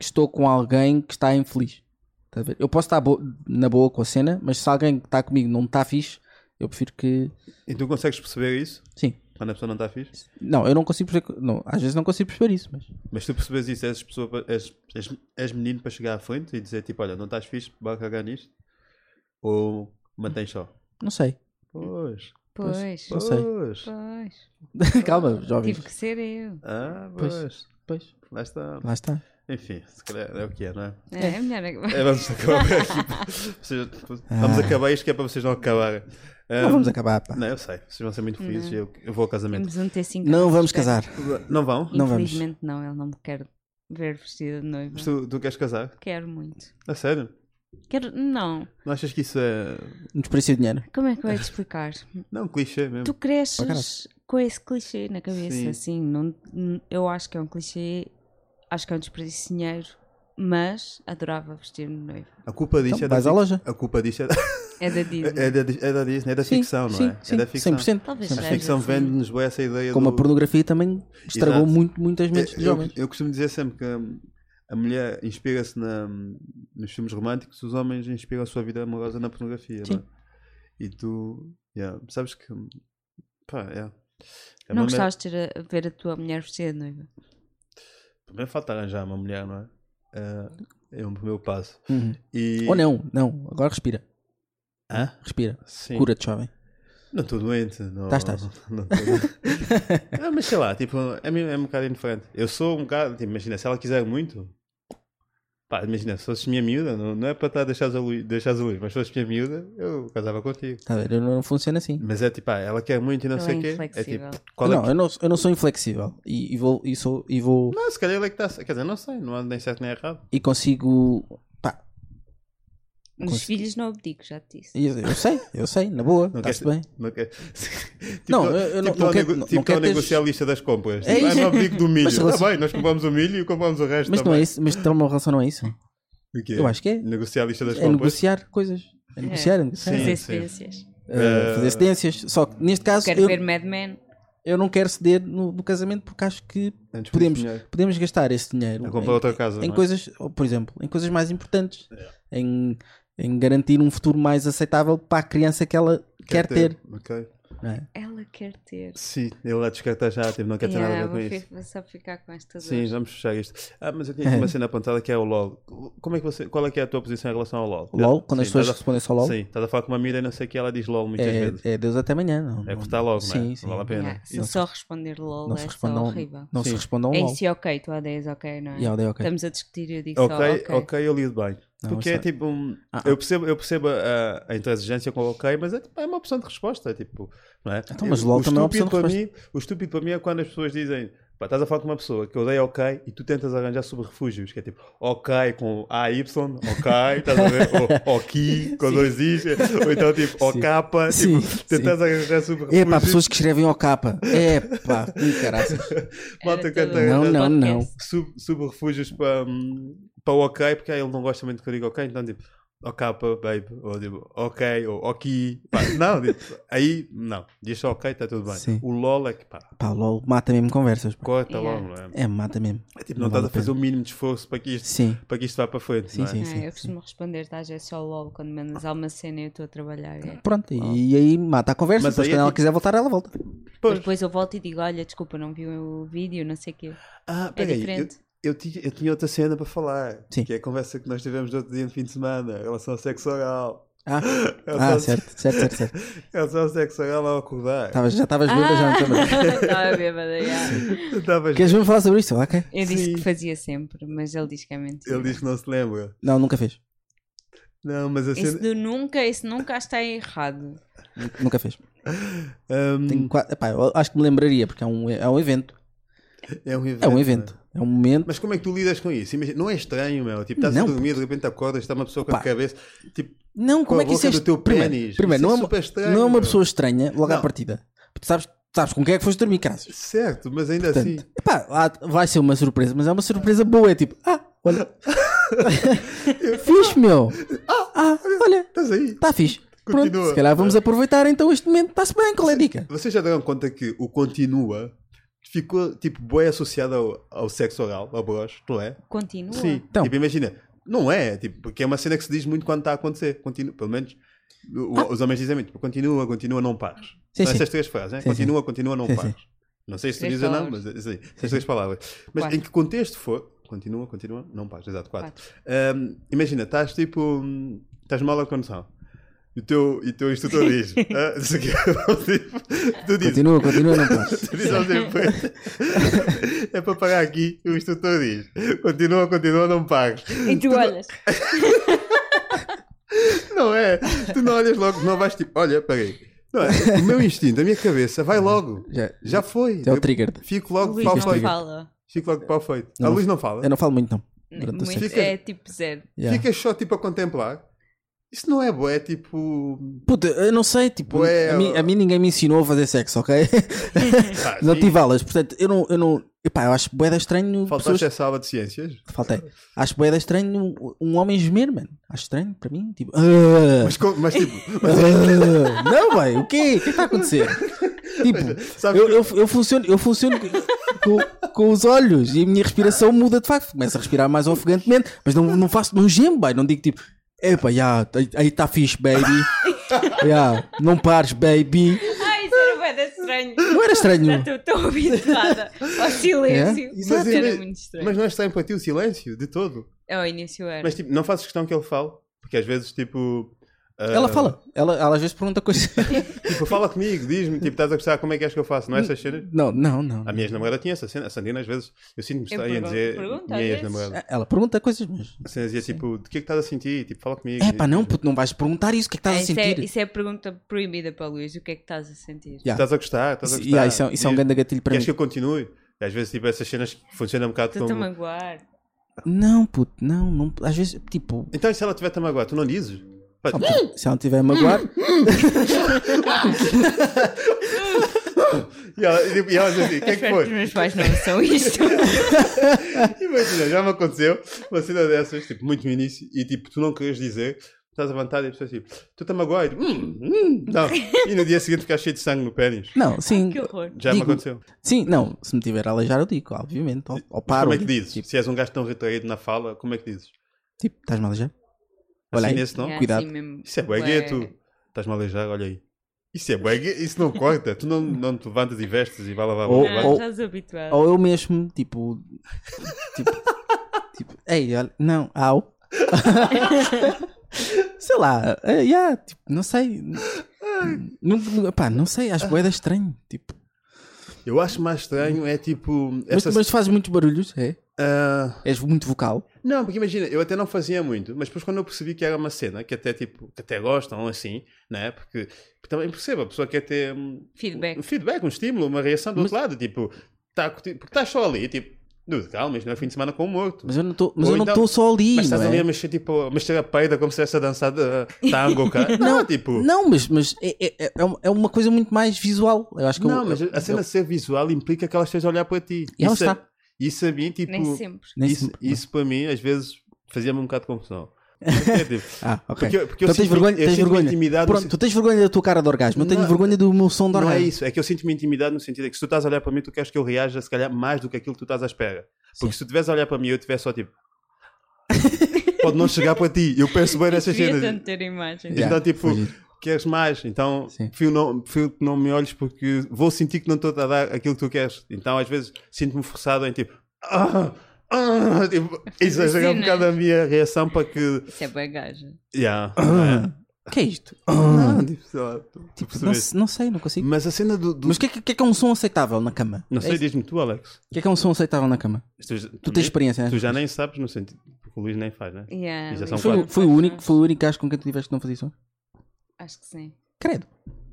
estou com alguém que está infeliz. Tá a ver? Eu posso estar bo- na boa com a cena, mas se alguém que está comigo não está fixe, eu prefiro que. E tu consegues perceber isso? Sim. Quando a pessoa não está fixe? Não, eu não consigo perceber. que- Não, às vezes não consigo perceber isso, mas. Mas tu percebes isso, és, pessoa, pa- és, és, és menino para chegar à frente e dizer tipo, olha, não estás fixe, vai cagar nisto? Ou mantens só? Não sei. Hum. Pois, Pois, Não sei. pois. pois. Calma, jovens. Tive que ser eu. Ah, Pois. pois. Pois, Lá está. lá está. Enfim, se calhar é o que é, não é? É, é melhor acabar. É, vamos acabar aqui. Vocês- Vamos acabar isto que é para vocês não acabarem. Ah, Não vamos acabar, pá. Não, eu sei. Vocês vão ser muito felizes. Eu, eu vou ao casamento. Temos um T5. Não vamos casar. Não vão? Não vamos. Infelizmente não, ele não me quer ver vestida de noiva. Mas tu, tu queres casar? Quero muito. A sério? Quero, não. Não achas que isso é. Um desperdício de dinheiro. Como é que eu ia te explicar? Não, clichê mesmo. Tu cresces com esse clichê na cabeça, Sim. assim, não, n- eu acho que é um clichê, acho que é um desperdício de dinheiro, mas adorava vestir-me de noiva. A culpa disto Então, é da. vais à fic- loja. A culpa disto é, É da Disney. é, da, Dis- é da Disney, é da ficção, não sim, é? Sim, é da ficção. 100%. Talvez A seja ficção assim. vende-nos bem essa ideia Como do- a pornografia também estragou Exato. É, muito, muitas mentes Eu- dos eu, homens. eu costumo dizer sempre que hum, a mulher inspira-se na- hum, nos filmes românticos, os homens inspiram a sua vida amorosa na pornografia. Sim. Não é? E tu, yeah, sabes que. hum, Pá, yeah. é. Não uma gostavas de ter a- ver a tua mulher vestida de noiva? mulher- Primeiro falta arranjar uma mulher, não é? É, é um primeiro passo. Uhum. E... Ou não, não. Agora respira. Hã? Respira. Sim. Cura-te, jovem. Não estou doente. Não, Tá, estás. Não, tô- Ah, mas sei lá, tipo, é, mesmo- é um bocado indiferente. Eu sou um bocado. tipo, imagina, se ela quiser muito. Pá, imagina, se fosses minha miúda, não, não é para estar a deixares a luz, deixares a luz, mas se fosses minha miúda, eu casava contigo. Tá a ver? Eu não funciona assim. Mas é tipo, ah, ela quer muito e não Ela sei é o quê. É inflexível. tipo, qual é não, que- eu não, eu não sou inflexível e, e vou, e, sou, e vou Não, se calhar ela é que está. Quer dizer, não sei, não há nem certo nem errado. e consigo. Pá, Nos Consigo. filhos não abdico, já te disse. eu, eu sei, eu sei, na boa, Não quer está-se bem. Não, quer... tipo, Não, eu- eu não- tipo, não tô a quero- nego- não- tipo, não tô a quero ter- negociar a lista das compras. É Tipo, ah, isso. não abdigo do milho. Mas relacion- Está bem, nós compramos o milho e compramos o resto. Mas tá não é bem. isso, mas ter uma relação não é isso. O quê? Eu acho que é. Negociar a lista das É compras. negociar coisas. É negociar, é negociar. Sim, Fazer sim. experiências. Uh, Eh, fazer cedências. Só que neste caso. Quero eu- ver Mad Men. eu não quero ceder no, no casamento porque acho que Antes por podemos, esse dinheiro. podemos gastar esse dinheiro A comprar outra casa, em não é? coisas, ou, por exemplo, em coisas mais importantes, em, em garantir um futuro mais aceitável para a criança que ela quer, ter. Ok. não é? Ela quer ter. Sim, ele lá descarta já, tipo, não quer ter nada a ver com isso. Vou só ficar com esta dor. Sim, vamos fechar isto. Ah, mas eu tinha aqui uma cena apontada que é o LOL. Como é que você, qual é que é a tua posição em relação ao LOL? LOL, quando Sim, as pessoas estás a- respondem só LOL, Sim, estás a falar com uma mira e não sei o que ela diz LOL muitas vezes. é, é Deus até amanhã. Não, É não- cortar logo, sim, não é? sim. Não vale a pena. Yeah, se só responder LOL Não é se só respondam, horrível. não se Sim. respondam É LOL. isso ok, tu há 10 ok, não é? Yeah, eu dei ok. Estamos a discutir e eu disse Ok, só ok, eu lido bem. Não, Porque isso é é- tipo. um- Ah, ah. eu percebo, eu percebo a, a intransigência com o ok, mas é, é uma opção de resposta. É tipo. Não é? Então, mas Eu- LOL o também é uma estúpido opção de para mim, O estúpido para mim é quando as pessoas dizem. Pá, estás a falar com uma pessoa que odeia ok e tu tentas arranjar sub-refúgios, que é tipo ok com AY, ok, estás a ver? ou ok com dois is, ou então tipo ok, Sim, tipo, tentas arranjar É pá, sub-refúgios. pessoas que escrevem ao capa. É pá, que caraças. Malta que Era todo tenta Não, um não, não. podcast. sub, sub-refúgios para, hum, para o ok, porque ah, ele não gosta muito que eu diga ok, então tipo, ok, babe, ou tipo, ok, ou ok, pá, não, tipo, aí, não, diz só ok, está tudo bem. Sim. O LOL é que pá, Pá, LOL mata mesmo conversas. pá. corta Yeah. logo, não é? É, mata mesmo. É tipo, não, estás vale a fazer o mínimo de esforço para que pena. isto, Sim, para que isto vá para frente, Sim, não é? sim. Ah, eu costumo responder, tá? É só LOL quando mandas alguma cena e eu estou a trabalhar. é. pronto. E aí mata a conversa. Mas depois aí é quando ela tipo- quiser voltar, ela volta. Mas Pois. depois eu volto e digo: olha, desculpa, não vi o vídeo, não sei o quê. Ah, É peraí, eu, diferente. eu, tinha, eu tinha outra cena para falar, Sim. que é a conversa que nós tivemos no outro dia no fim de semana, em relação ao sexo oral. Ah, Eu ah tô- certo, certo, certo. certo. Em relação ao sexo oral ao acordar. Tá. Tavas- já Ah. estavas bêbada, já não estavas. Estava bêbada, já. Tu estavas- Queres mesmo falar sobre isso? Ok. Eu disse que Sim. fazia sempre, mas ele diz que é mentira. Ele diz que não se lembra. Não, nunca fez. Não, mas a Esse cena. do nunca, esse nunca está errado. Nu- Nunca fez. Ahm, Tenho qua- epá, eu acho que me lembraria, porque é um, é um evento. é um evento. É um não evento. é? É um momento. Mas como é que tu lidas com isso? Imagina, não é estranho, meu. Tipo, estás a Não, dormir, de repente acordas, está uma pessoa com Pá. a cabeça. Tipo, Não, com como a é que isso é boca do teu primeiro, pénis. Isso Primeiro, não, é é uma, super estranho, não é uma meu. pessoa estranha logo à Não. partida. Tu sabes, sabes com quem é que foste dormir, caras. certo, mas ainda assim. Portanto, epá, lá vai ser uma surpresa, mas é uma surpresa boa. É tipo, ah, olha. fixe, meu. Ah, olha, Estás aí. está fixe. Pronto, Continua. se calhar vamos aproveitar então este momento. Está-se bem, qual é a dica? Vocês já deram conta que o continua ficou, tipo, boi associado ao, ao sexo oral, ao broche, não é? Continua. Sim. Então. Tipo, imagina. Não é, tipo, porque é uma cena que se diz muito quando está a acontecer. Continua, pelo menos. o- Os homens dizem muito, tipo, continua, continua, não pares. Ah. Sim, São sim. essas três frases, né? Sim, continua, continua, não Sim, pares. Não sei se tu Três dizes ou não, palavras. mas assim, essas três palavras. Mas Quatro. em que contexto for, continua, continua, não pares, exato, quatro. Quatro. Ahm, imagina, estás tipo, hum, estás mal a condução. E o teu, e o teu instrutor diz, ah, não sei o quê, Tipo, tu dizes, Continua, continua, não posso. tu dizes ao depois, é para parar aqui, o instrutor diz, continua, continua, não pares. E tu olhas. Não é? Tu não olhas logo, não vais tipo, olha, peraí. Não é? O meu instinto, a minha cabeça, vai logo. Já- Já foi. já é o trigger. Fico O logo de Luís pau não feito. fala. Fico logo de pau feito. Não, a luz não fala. Eu não falo muito, não. assim, Durante o Muito- sexo. Fica- é tipo zero. Yeah. Ficas só tipo a contemplar. Isso não é boa, é tipo. Puta, eu não sei, tipo, Ué, a, mim, a mim ninguém me ensinou a fazer sexo, ok? Ah, não sim. tive aulas, portanto, eu não. Eu não epá, eu acho boeda estranho. Faltaste pessoas... a sala de ciências. Faltei. Acho boeda estranho um, um homem gemer, mano. Acho estranho para mim. Tipo, ah, Mas, co- mas tipo, ah, não, velho, o quê? O que está a acontecer? Tipo, sabes eu, eu, eu funciono, eu funciono co- com, com os olhos e a minha respiração muda de facto. Começo a respirar mais ofegantemente, mas não, não faço, não gemo, bem, não digo tipo, epá, yeah, aí- aí está fixe, baby. Yeah, não pares, baby. Ai, isso era bué de estranho. Não era estranho. Estou tão habituada ao silêncio. É? mas, Isso era mas- muito estranho. mas não é estranho para ti o silêncio de todo. Ao início É. era. Mas tipo, não fazes questão que ele fale. Porque às vezes, tipo. ah, Ela fala, ela, ela às vezes pergunta coisas. Tipo, fala comigo, diz-me, tipo, estás a gostar, como é que és que eu faço? Hum. Não é essas cenas? não, não, não. A minha ex-namorada tinha essa cena. A Sandina, às vezes, eu sinto-me estranho em pergunto- dizer. pergunto às Minha vezes. ex-namorada. Ela pergunta coisas, mas. A Sandina dizia tipo, de que é que estás a sentir? Tipo, fala comigo. É pá, não, puto, não vais perguntar isso, o que é que estás É, a isso, sentir? é, isso é a pergunta proibida para o Luís. O que é que estás a sentir? Yeah. Estás a gostar? Estás a Isso- gostar? yeah, isso é- isso é um Diz- grande gatilho para Queres mim. que eu continue? E Às vezes, tipo, essas cenas funcionam um bocado Estou-te a como... é magoar. Não, puto, não, não. Às vezes, tipo, Então, e se ela tiver-te a magoar, tu não dizes? Pá, ah, puto, se ela não tiver a magoar, E ela, e tipo, e ela diz assim, o que é que Espero que os foi? meus pais não são isto. Imagina, já me aconteceu uma cena dessas, tipo, muito no início, e tipo, tu não querias dizer, estás levantado e a pessoa assim, tu está magoado. Hum, hum, não. E no dia seguinte ficas cheio de sangue no pênis. Não, sim. Que horror. Já me Digo- aconteceu. Sim, não. Se me tiver a aleijar, eu digo, obviamente. Ou, ou paro. como é que dizes? Tipo, Se és um gajo tão retraído na fala, como é que dizes? tipo, estás-me a aleijar? Olha Assim aí. nesse não? É, cuidado. assim mesmo. Isso é bué Bué. gueto. Estás-me a aleijar, olha aí. Isso é bué gueto. Isso não corta. tu não, não te levantas e vestes e vai lavar. Ou- Ou, Ah, ou- Estás habituado. Oh, Ou eu mesmo, tipo. Tipo. tipo Ei, olha. Não, au. sei lá. eh, yeah, tipo, não sei. Nunca, nunca- pá, não sei. Acho que é estranho. Tipo. Eu acho mais estranho é tipo... Mas, essa- mas fazes muitos barulhos, é? Ah, És muito vocal. Não, porque imagina, eu até não fazia muito, mas depois quando eu percebi que era uma cena que até tipo, que até gostam assim, né? Porque também percebo, a pessoa quer ter hum, Feedback. um feedback, um estímulo, uma reação do outro lado, tipo, tá, a curtir- porque estás só ali, tipo, dude, calma, isto não é fim de semana com o morto. Mas eu não estou mas Ou eu não então- estou só ali. Mas não estás é? ali a mexer, tipo, a mexer a peida como se estivesse a dançar de tango, cara. Não, tipo. Não. Não, mas, mas é, é- é uma- é uma coisa muito mais visual. Eu acho que eu- mas eu- a cena eu- de ser visual implica que ela esteja a olhar para ti. E ela isso, a- está. isso a mim, tipo. Nem sempre. nem isso, sempre- isso para mim, às vezes, fazia-me um bocado de confusão. Porque é, tipo, Ah, ok. Porque, eu- porque eu então tens sinto vergonha, eu tens sinto uma vergonha. intimidade. Pronto, no tu tens vergonha da tua cara de orgasmo. Eu tenho Não- vergonha do meu som sen- de não orgasmo. é isso, é que eu sinto uma intimidade no sentido é que se tu estás a olhar para mim, tu queres que eu reaja, se calhar, mais do que aquilo que tu estás à espera. Porque se tu estiveres a olhar para mim e eu estiver só tipo. Pode não chegar para ti, eu peço bem nessas Queria cenas. tanto ter imagens. Yeah, então, tipo, foi giro. queres mais? Então, Sim. fio não, fio que não me olhes porque vou sentir que não estou a dar aquilo que tu queres. Então, às vezes, sinto-me forçado em tipo. Ah, ah, tipo exagerar um cenas. bocado a minha reação para que. Isso é bué gaja. Yeah, Ah. não é? Que é isto? Não, tipo, sei lá, tu- tu Tipo, não, percebeste. se- não sei, não consigo. Mas a cena do. do- Mas o que, é que- que é que é um som aceitável na cama? Não É sei, isso? diz-me tu, Alex. O que é que é um som aceitável na cama? Tu, Tu tens experiência, né? tu já nem sabes no sentido. Porque o Luís nem faz, né? Yeah, Isso é só um Luís, foi, o- não foi o faz único, sons. foi o único gajo com quem tu tiveste que não fazia som? Acho que sim. Credo.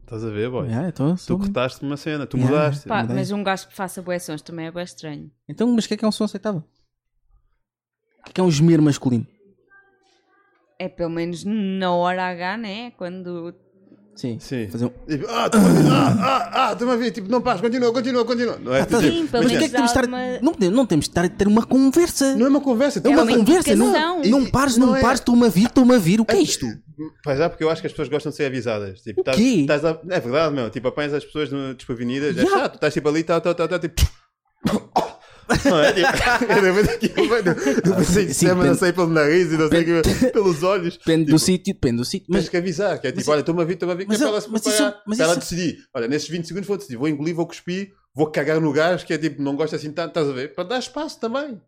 Estás a ver, boy? Ah, então, eu sou Tu mesmo. cortaste uma cena, tu Yeah. mudaste. Pá, Mudei. mas um gajo que faça bué sons também é bué estranho. então, mas o que é que é um som aceitável? O que é que é um gemer masculino? É pelo menos na hora H, né? Quando. Sim. Sim. Fazer um... Tipo, ah, tu ah, ah, ah, estás a ver? Tipo, não pares, continua, continua, continua. Não é, Tá, tipo, Sim, pelo mas mas o que é menos que temos de estar. há uma- Não, podemos- não temos de estar a ter uma conversa. é- não é uma conversa, É é uma, uma conversa, não, educação. não pares, não, Não é- pares, estou-me a vir, estou-me a vir. O que é isto? Pois é, porque eu acho que as pessoas gostam de ser avisadas. Tipo, O estás- quê? estás a- É verdade, meu. Tipo, apanhas as pessoas no- desprevenidas. É Yeah. chato. Estás tipo ali, tal, tal, tal, tal, tipo. Não é? Tipo, eu depois aqui, eu pensei que Ah, Sim, sempre não depende- sei pelo nariz e não sei o que, pelos olhos. Depende Tipo, do sítio, depende do sítio. Tens Mas que avisar, que é tipo, olha, estou-me a vir, estou-me a vir, que é mas para eu- ela se mas preparar, isso- mas para ela isso- decidir. Olha, nestes 20 segundos vou decidir, vou engolir, vou cuspir, vou cagar no gás, que é tipo, não gosto assim tanto, estás a ver? Para dar espaço também.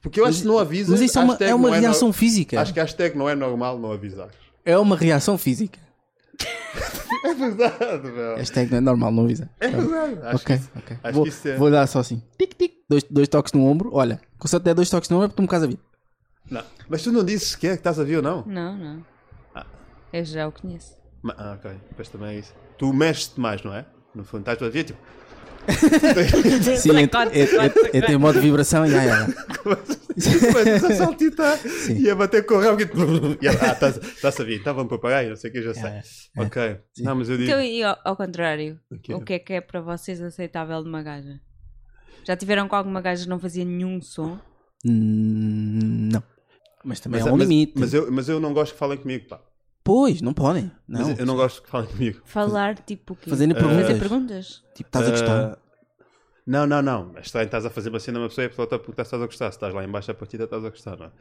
Porque eu acho que se não avisas, Mas isso é uma, hashtag é uma não no- reação física. Acho que hashtag não é normal não avisar. É uma reação física. É verdade, meu. Hashtag não é normal, não avisa. É verdade. Acho ok, que isso- ok. acho vou, que isso é- vou dar só assim. Tic, tic. Dois, dois toques no ombro. Olha, com só até dois toques no ombro é porque tu me casa a vir. Não. Mas tu não dizes sequer que estás a vir ou não? Não, não. Ah. Eu já o conheço. Ma- Ah, ok. Pois também é isso. Tu mexes-te mais, não é? No fundo, estás a ver, tipo, Sim, é, é, é, é, tem modo de vibração e ai, ai, ai. começas a saltitar e a bater com o rabo. E, e, ah, estás, estás a vir, então vamos para pagar, e não sei o que, eu já sei. É, ok. Não, mas eu digo. Então, e ao, ao contrário, Ok. o que é que é para vocês aceitável de uma gaja? Já tiveram com alguma gaja que não fazia nenhum som? Hum, Não. Mas também Mas, é, há um mas- limite. Mas eu, mas eu não gosto que falem comigo, pá. Pois, não podem. Mas Não. eu não gosto que falem comigo. Falar tipo o quê? Fazerem perguntas. Fazer perguntas? Tipo, estás a gostar. Ah, Não, não, não. Mas estranho, estás a fazer uma cena a uma pessoa e a pessoa está a perguntar se estás a gostar. Se estás lá embaixo a partida, estás a gostar, não é?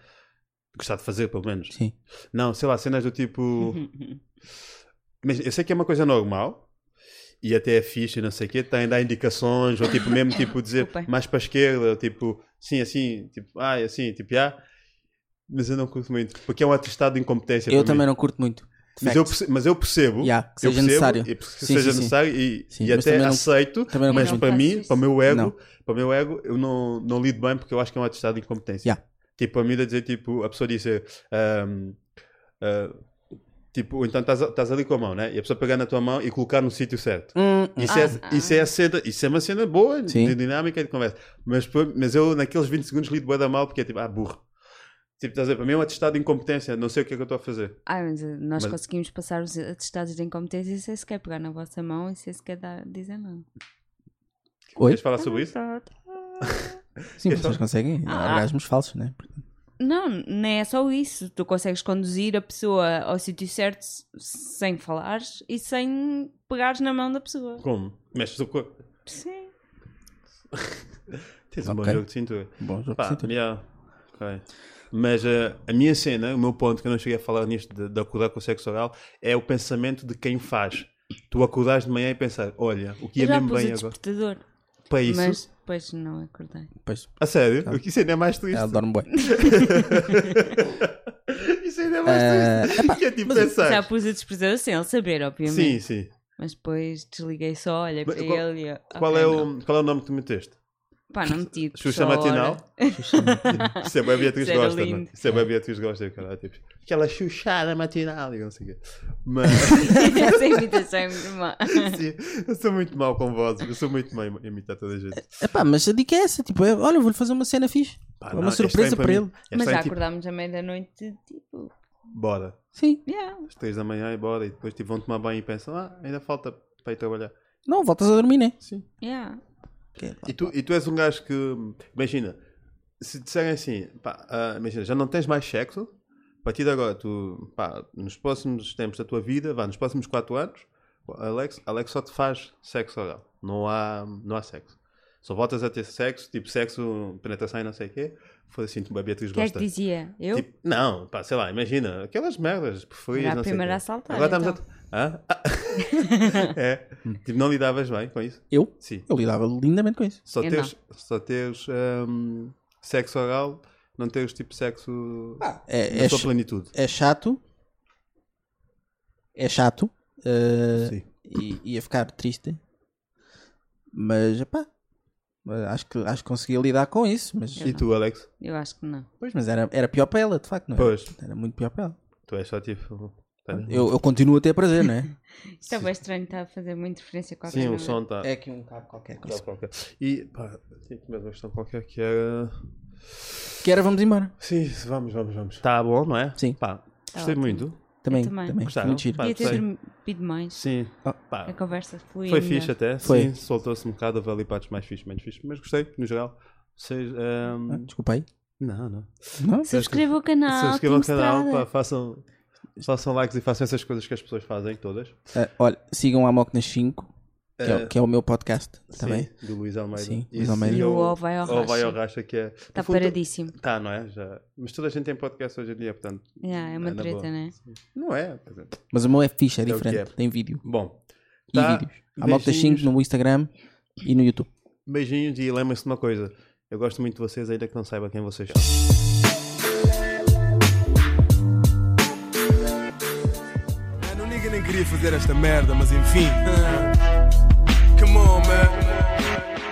Gostar de fazer, pelo menos. Sim. Não, sei lá, cenas do tipo. Uhum. Mas eu sei que é uma coisa normal e até é fixe, e não sei o quê, tem a dar indicações, ou tipo, mesmo tipo dizer Desculpa. mais para a esquerda, ou tipo, sim, assim, tipo, ah, assim, tipo, ah. Mas eu não curto muito, porque é um atestado de incompetência. Eu para mim. também não curto muito. Mas eu, perce- mas eu percebo, Yeah, que eu seja percebo necessário. e perce- que Sim, seja sim, sim. necessário e, Sim, e mas até também não- aceito, também não mas consigo. para Não tá mim, faço para o meu ego, Não. para o meu ego, eu não, não lido bem porque eu acho que é um atestado de incompetência. Yeah. Tipo, a miúda dizer, tipo, a pessoa dizer, ahm, ah, tipo, ou então estás a- estás ali com a mão, né? E a pessoa pegar na tua mão e colocar no sítio certo. Hum, Isso, Ah, é, isso, é a cena, isso é uma cena boa Sim. de dinâmica e de conversa. Mas, pô, mas eu, naqueles 20 segundos, lido bué da mal porque é tipo, ah, burro. Tipo, estás a ver? Para mim é um atestado de incompetência, não sei o que é que eu estou a fazer. Ah, mas eh, nós Mas- conseguimos passar os atestados de incompetência sem sequer pegar na vossa mão e sem sequer dar, dizer não. Oi? Tá Queres falar sobre isso? Sim, Eu vocês só- Então- conseguem. Há Ah. orgasmos falsos, né? Não, nem é só isso. Tu consegues conduzir a pessoa ao sítio certo s- sem falares e sem pegares na mão da pessoa. Como? Mexes o corpo. Sim. Tens um bom Ok. jogo de cintura. Bom, jogo de Pá, cintura. yeah, ok. Mas eh, a minha cena, o meu ponto, que eu não cheguei a falar nisto de, de acordar com o sexo oral, é o pensamento de quem faz. Tu acordares de manhã e pensar, olha, o que ia Eu já mesmo pus bem o agora. despertador, Para isso. mas depois não acordei. Pois, A sério? O que isso ainda é mais triste. ela dorme bem. Isso ainda é mais triste. que é tipo Já pensar. pus o despertador sem ele saber, obviamente. Sim, sim. Mas depois desliguei só, olhei para Mas qual- ele e eu, Qual "Ok, é, não." o, qual é o nome que tu meteste? Pá, não meti. tipo, Xuxa só a Matinal? hora. Isso é bem a Beatriz Isso era gosta, mano. lindo. Isso é bem a Beatriz gosta, cara. Tipo, aquela chuchada matinal e não sei o quê. Mas, Essa imitação é muito má. sim, eu sou muito mau com vozes. Eu sou muito mau em imitar toda a gente. Epá, mas a dica é essa, tipo, é, olha, vou-lhe fazer uma cena fixe. Pá, é não, uma é surpresa estranho para, mim. ele. É Mas já estranho, tipo, acordámos à meia-noite, tipo, bora. Sim. yeah. Às três da manhã e bora. E depois tipo, vão tomar banho e pensam, ah, ainda falta para ir trabalhar. Não, voltas a dormir, né? é, Sim. Yeah. E tu, e tu és um gajo que. Imagina, se disserem assim, pá, ah, imagina, já não tens mais sexo, a partir de agora, tu, pá, nos próximos tempos da tua vida, vá, nos próximos 4 anos, o Alex, Alex só te faz sexo oral. Não há, não há sexo. Só voltas a ter sexo, tipo sexo, penetração e não sei o quê. Foi assim, tu, a Beatriz Quem é gosta. que dizia? Eu? Tipo, não, pá, sei lá, imagina, aquelas merdas, preferias, Era a não sei o primeira quê. a saltar, Agora então. estamos a. Hã? Ah. é, tipo, não lidavas bem com isso? Eu? Sim. Eu lidava lindamente com isso. Só Eu teres, só teres ehm, sexo oral, não teres tipo sexo É, Ah, na é, sua ch- plenitude. é chato. É chato. uh, Sim. e ia ficar triste. Mas, epá, acho que, acho que conseguia lidar com isso. Mas, E tu, Alex? Eu acho que não. pois, mas era, era pior para ela, de facto, não era? Pois, Era muito pior para ela. tu és só tipo. tá, né? Eu, eu continuo a ter prazer, não é? Isto é bem estranho, está a fazer uma interferência com a Sim, o som está. é aqui um cabo qualquer. tá qualquer. E pá, tinha aqui mais uma questão qualquer que era. Que era, vamos embora. Sim, vamos, vamos, vamos. Está bom, não é? Sim. Pá, gostei Tá ótimo. muito. Também, também. também. Gostaram? Muito giro. Pá, Podia ter sei. dormido mais. Sim. Ah. Pá, A conversa fluía. Foi melhor. fixe até, Foi. sim, soltou-se um bocado, houve ali partes mais fixe, menos fixe, mas gostei, no geral. Vocês, ehm, Ah, Desculpa aí. Não, não. Não? Subscreva o canal. Se inscrevam no Tim canal, Estrada. pá, façam, façam likes e façam essas coisas que as pessoas fazem todas. Ah, olha, sigam a Amok nas 5, que, é, o- que é o meu podcast. Está Eh, Sim, bem? Do Luís Almeida. Sim, E Luís se- Almeida. E eu- o Ou Vai ao Ou vai ao Racha. racha, que é. Está paradíssimo. Está, não é? Já. Mas toda a gente tem podcast hoje em dia, portanto. Yeah, é uma na treta, boa. né? Não é? quer dizer, Mas o meu é fixe, é É o que diferente. é. Tem vídeo. Bom. E tá, vídeos. Amok das 5 beijinhos, no Instagram e no YouTube. beijinhos e lembrem-se de uma coisa. Eu gosto muito de vocês, ainda que não saiba quem vocês são. Mano, o nigga nem queria fazer esta merda, mas enfim.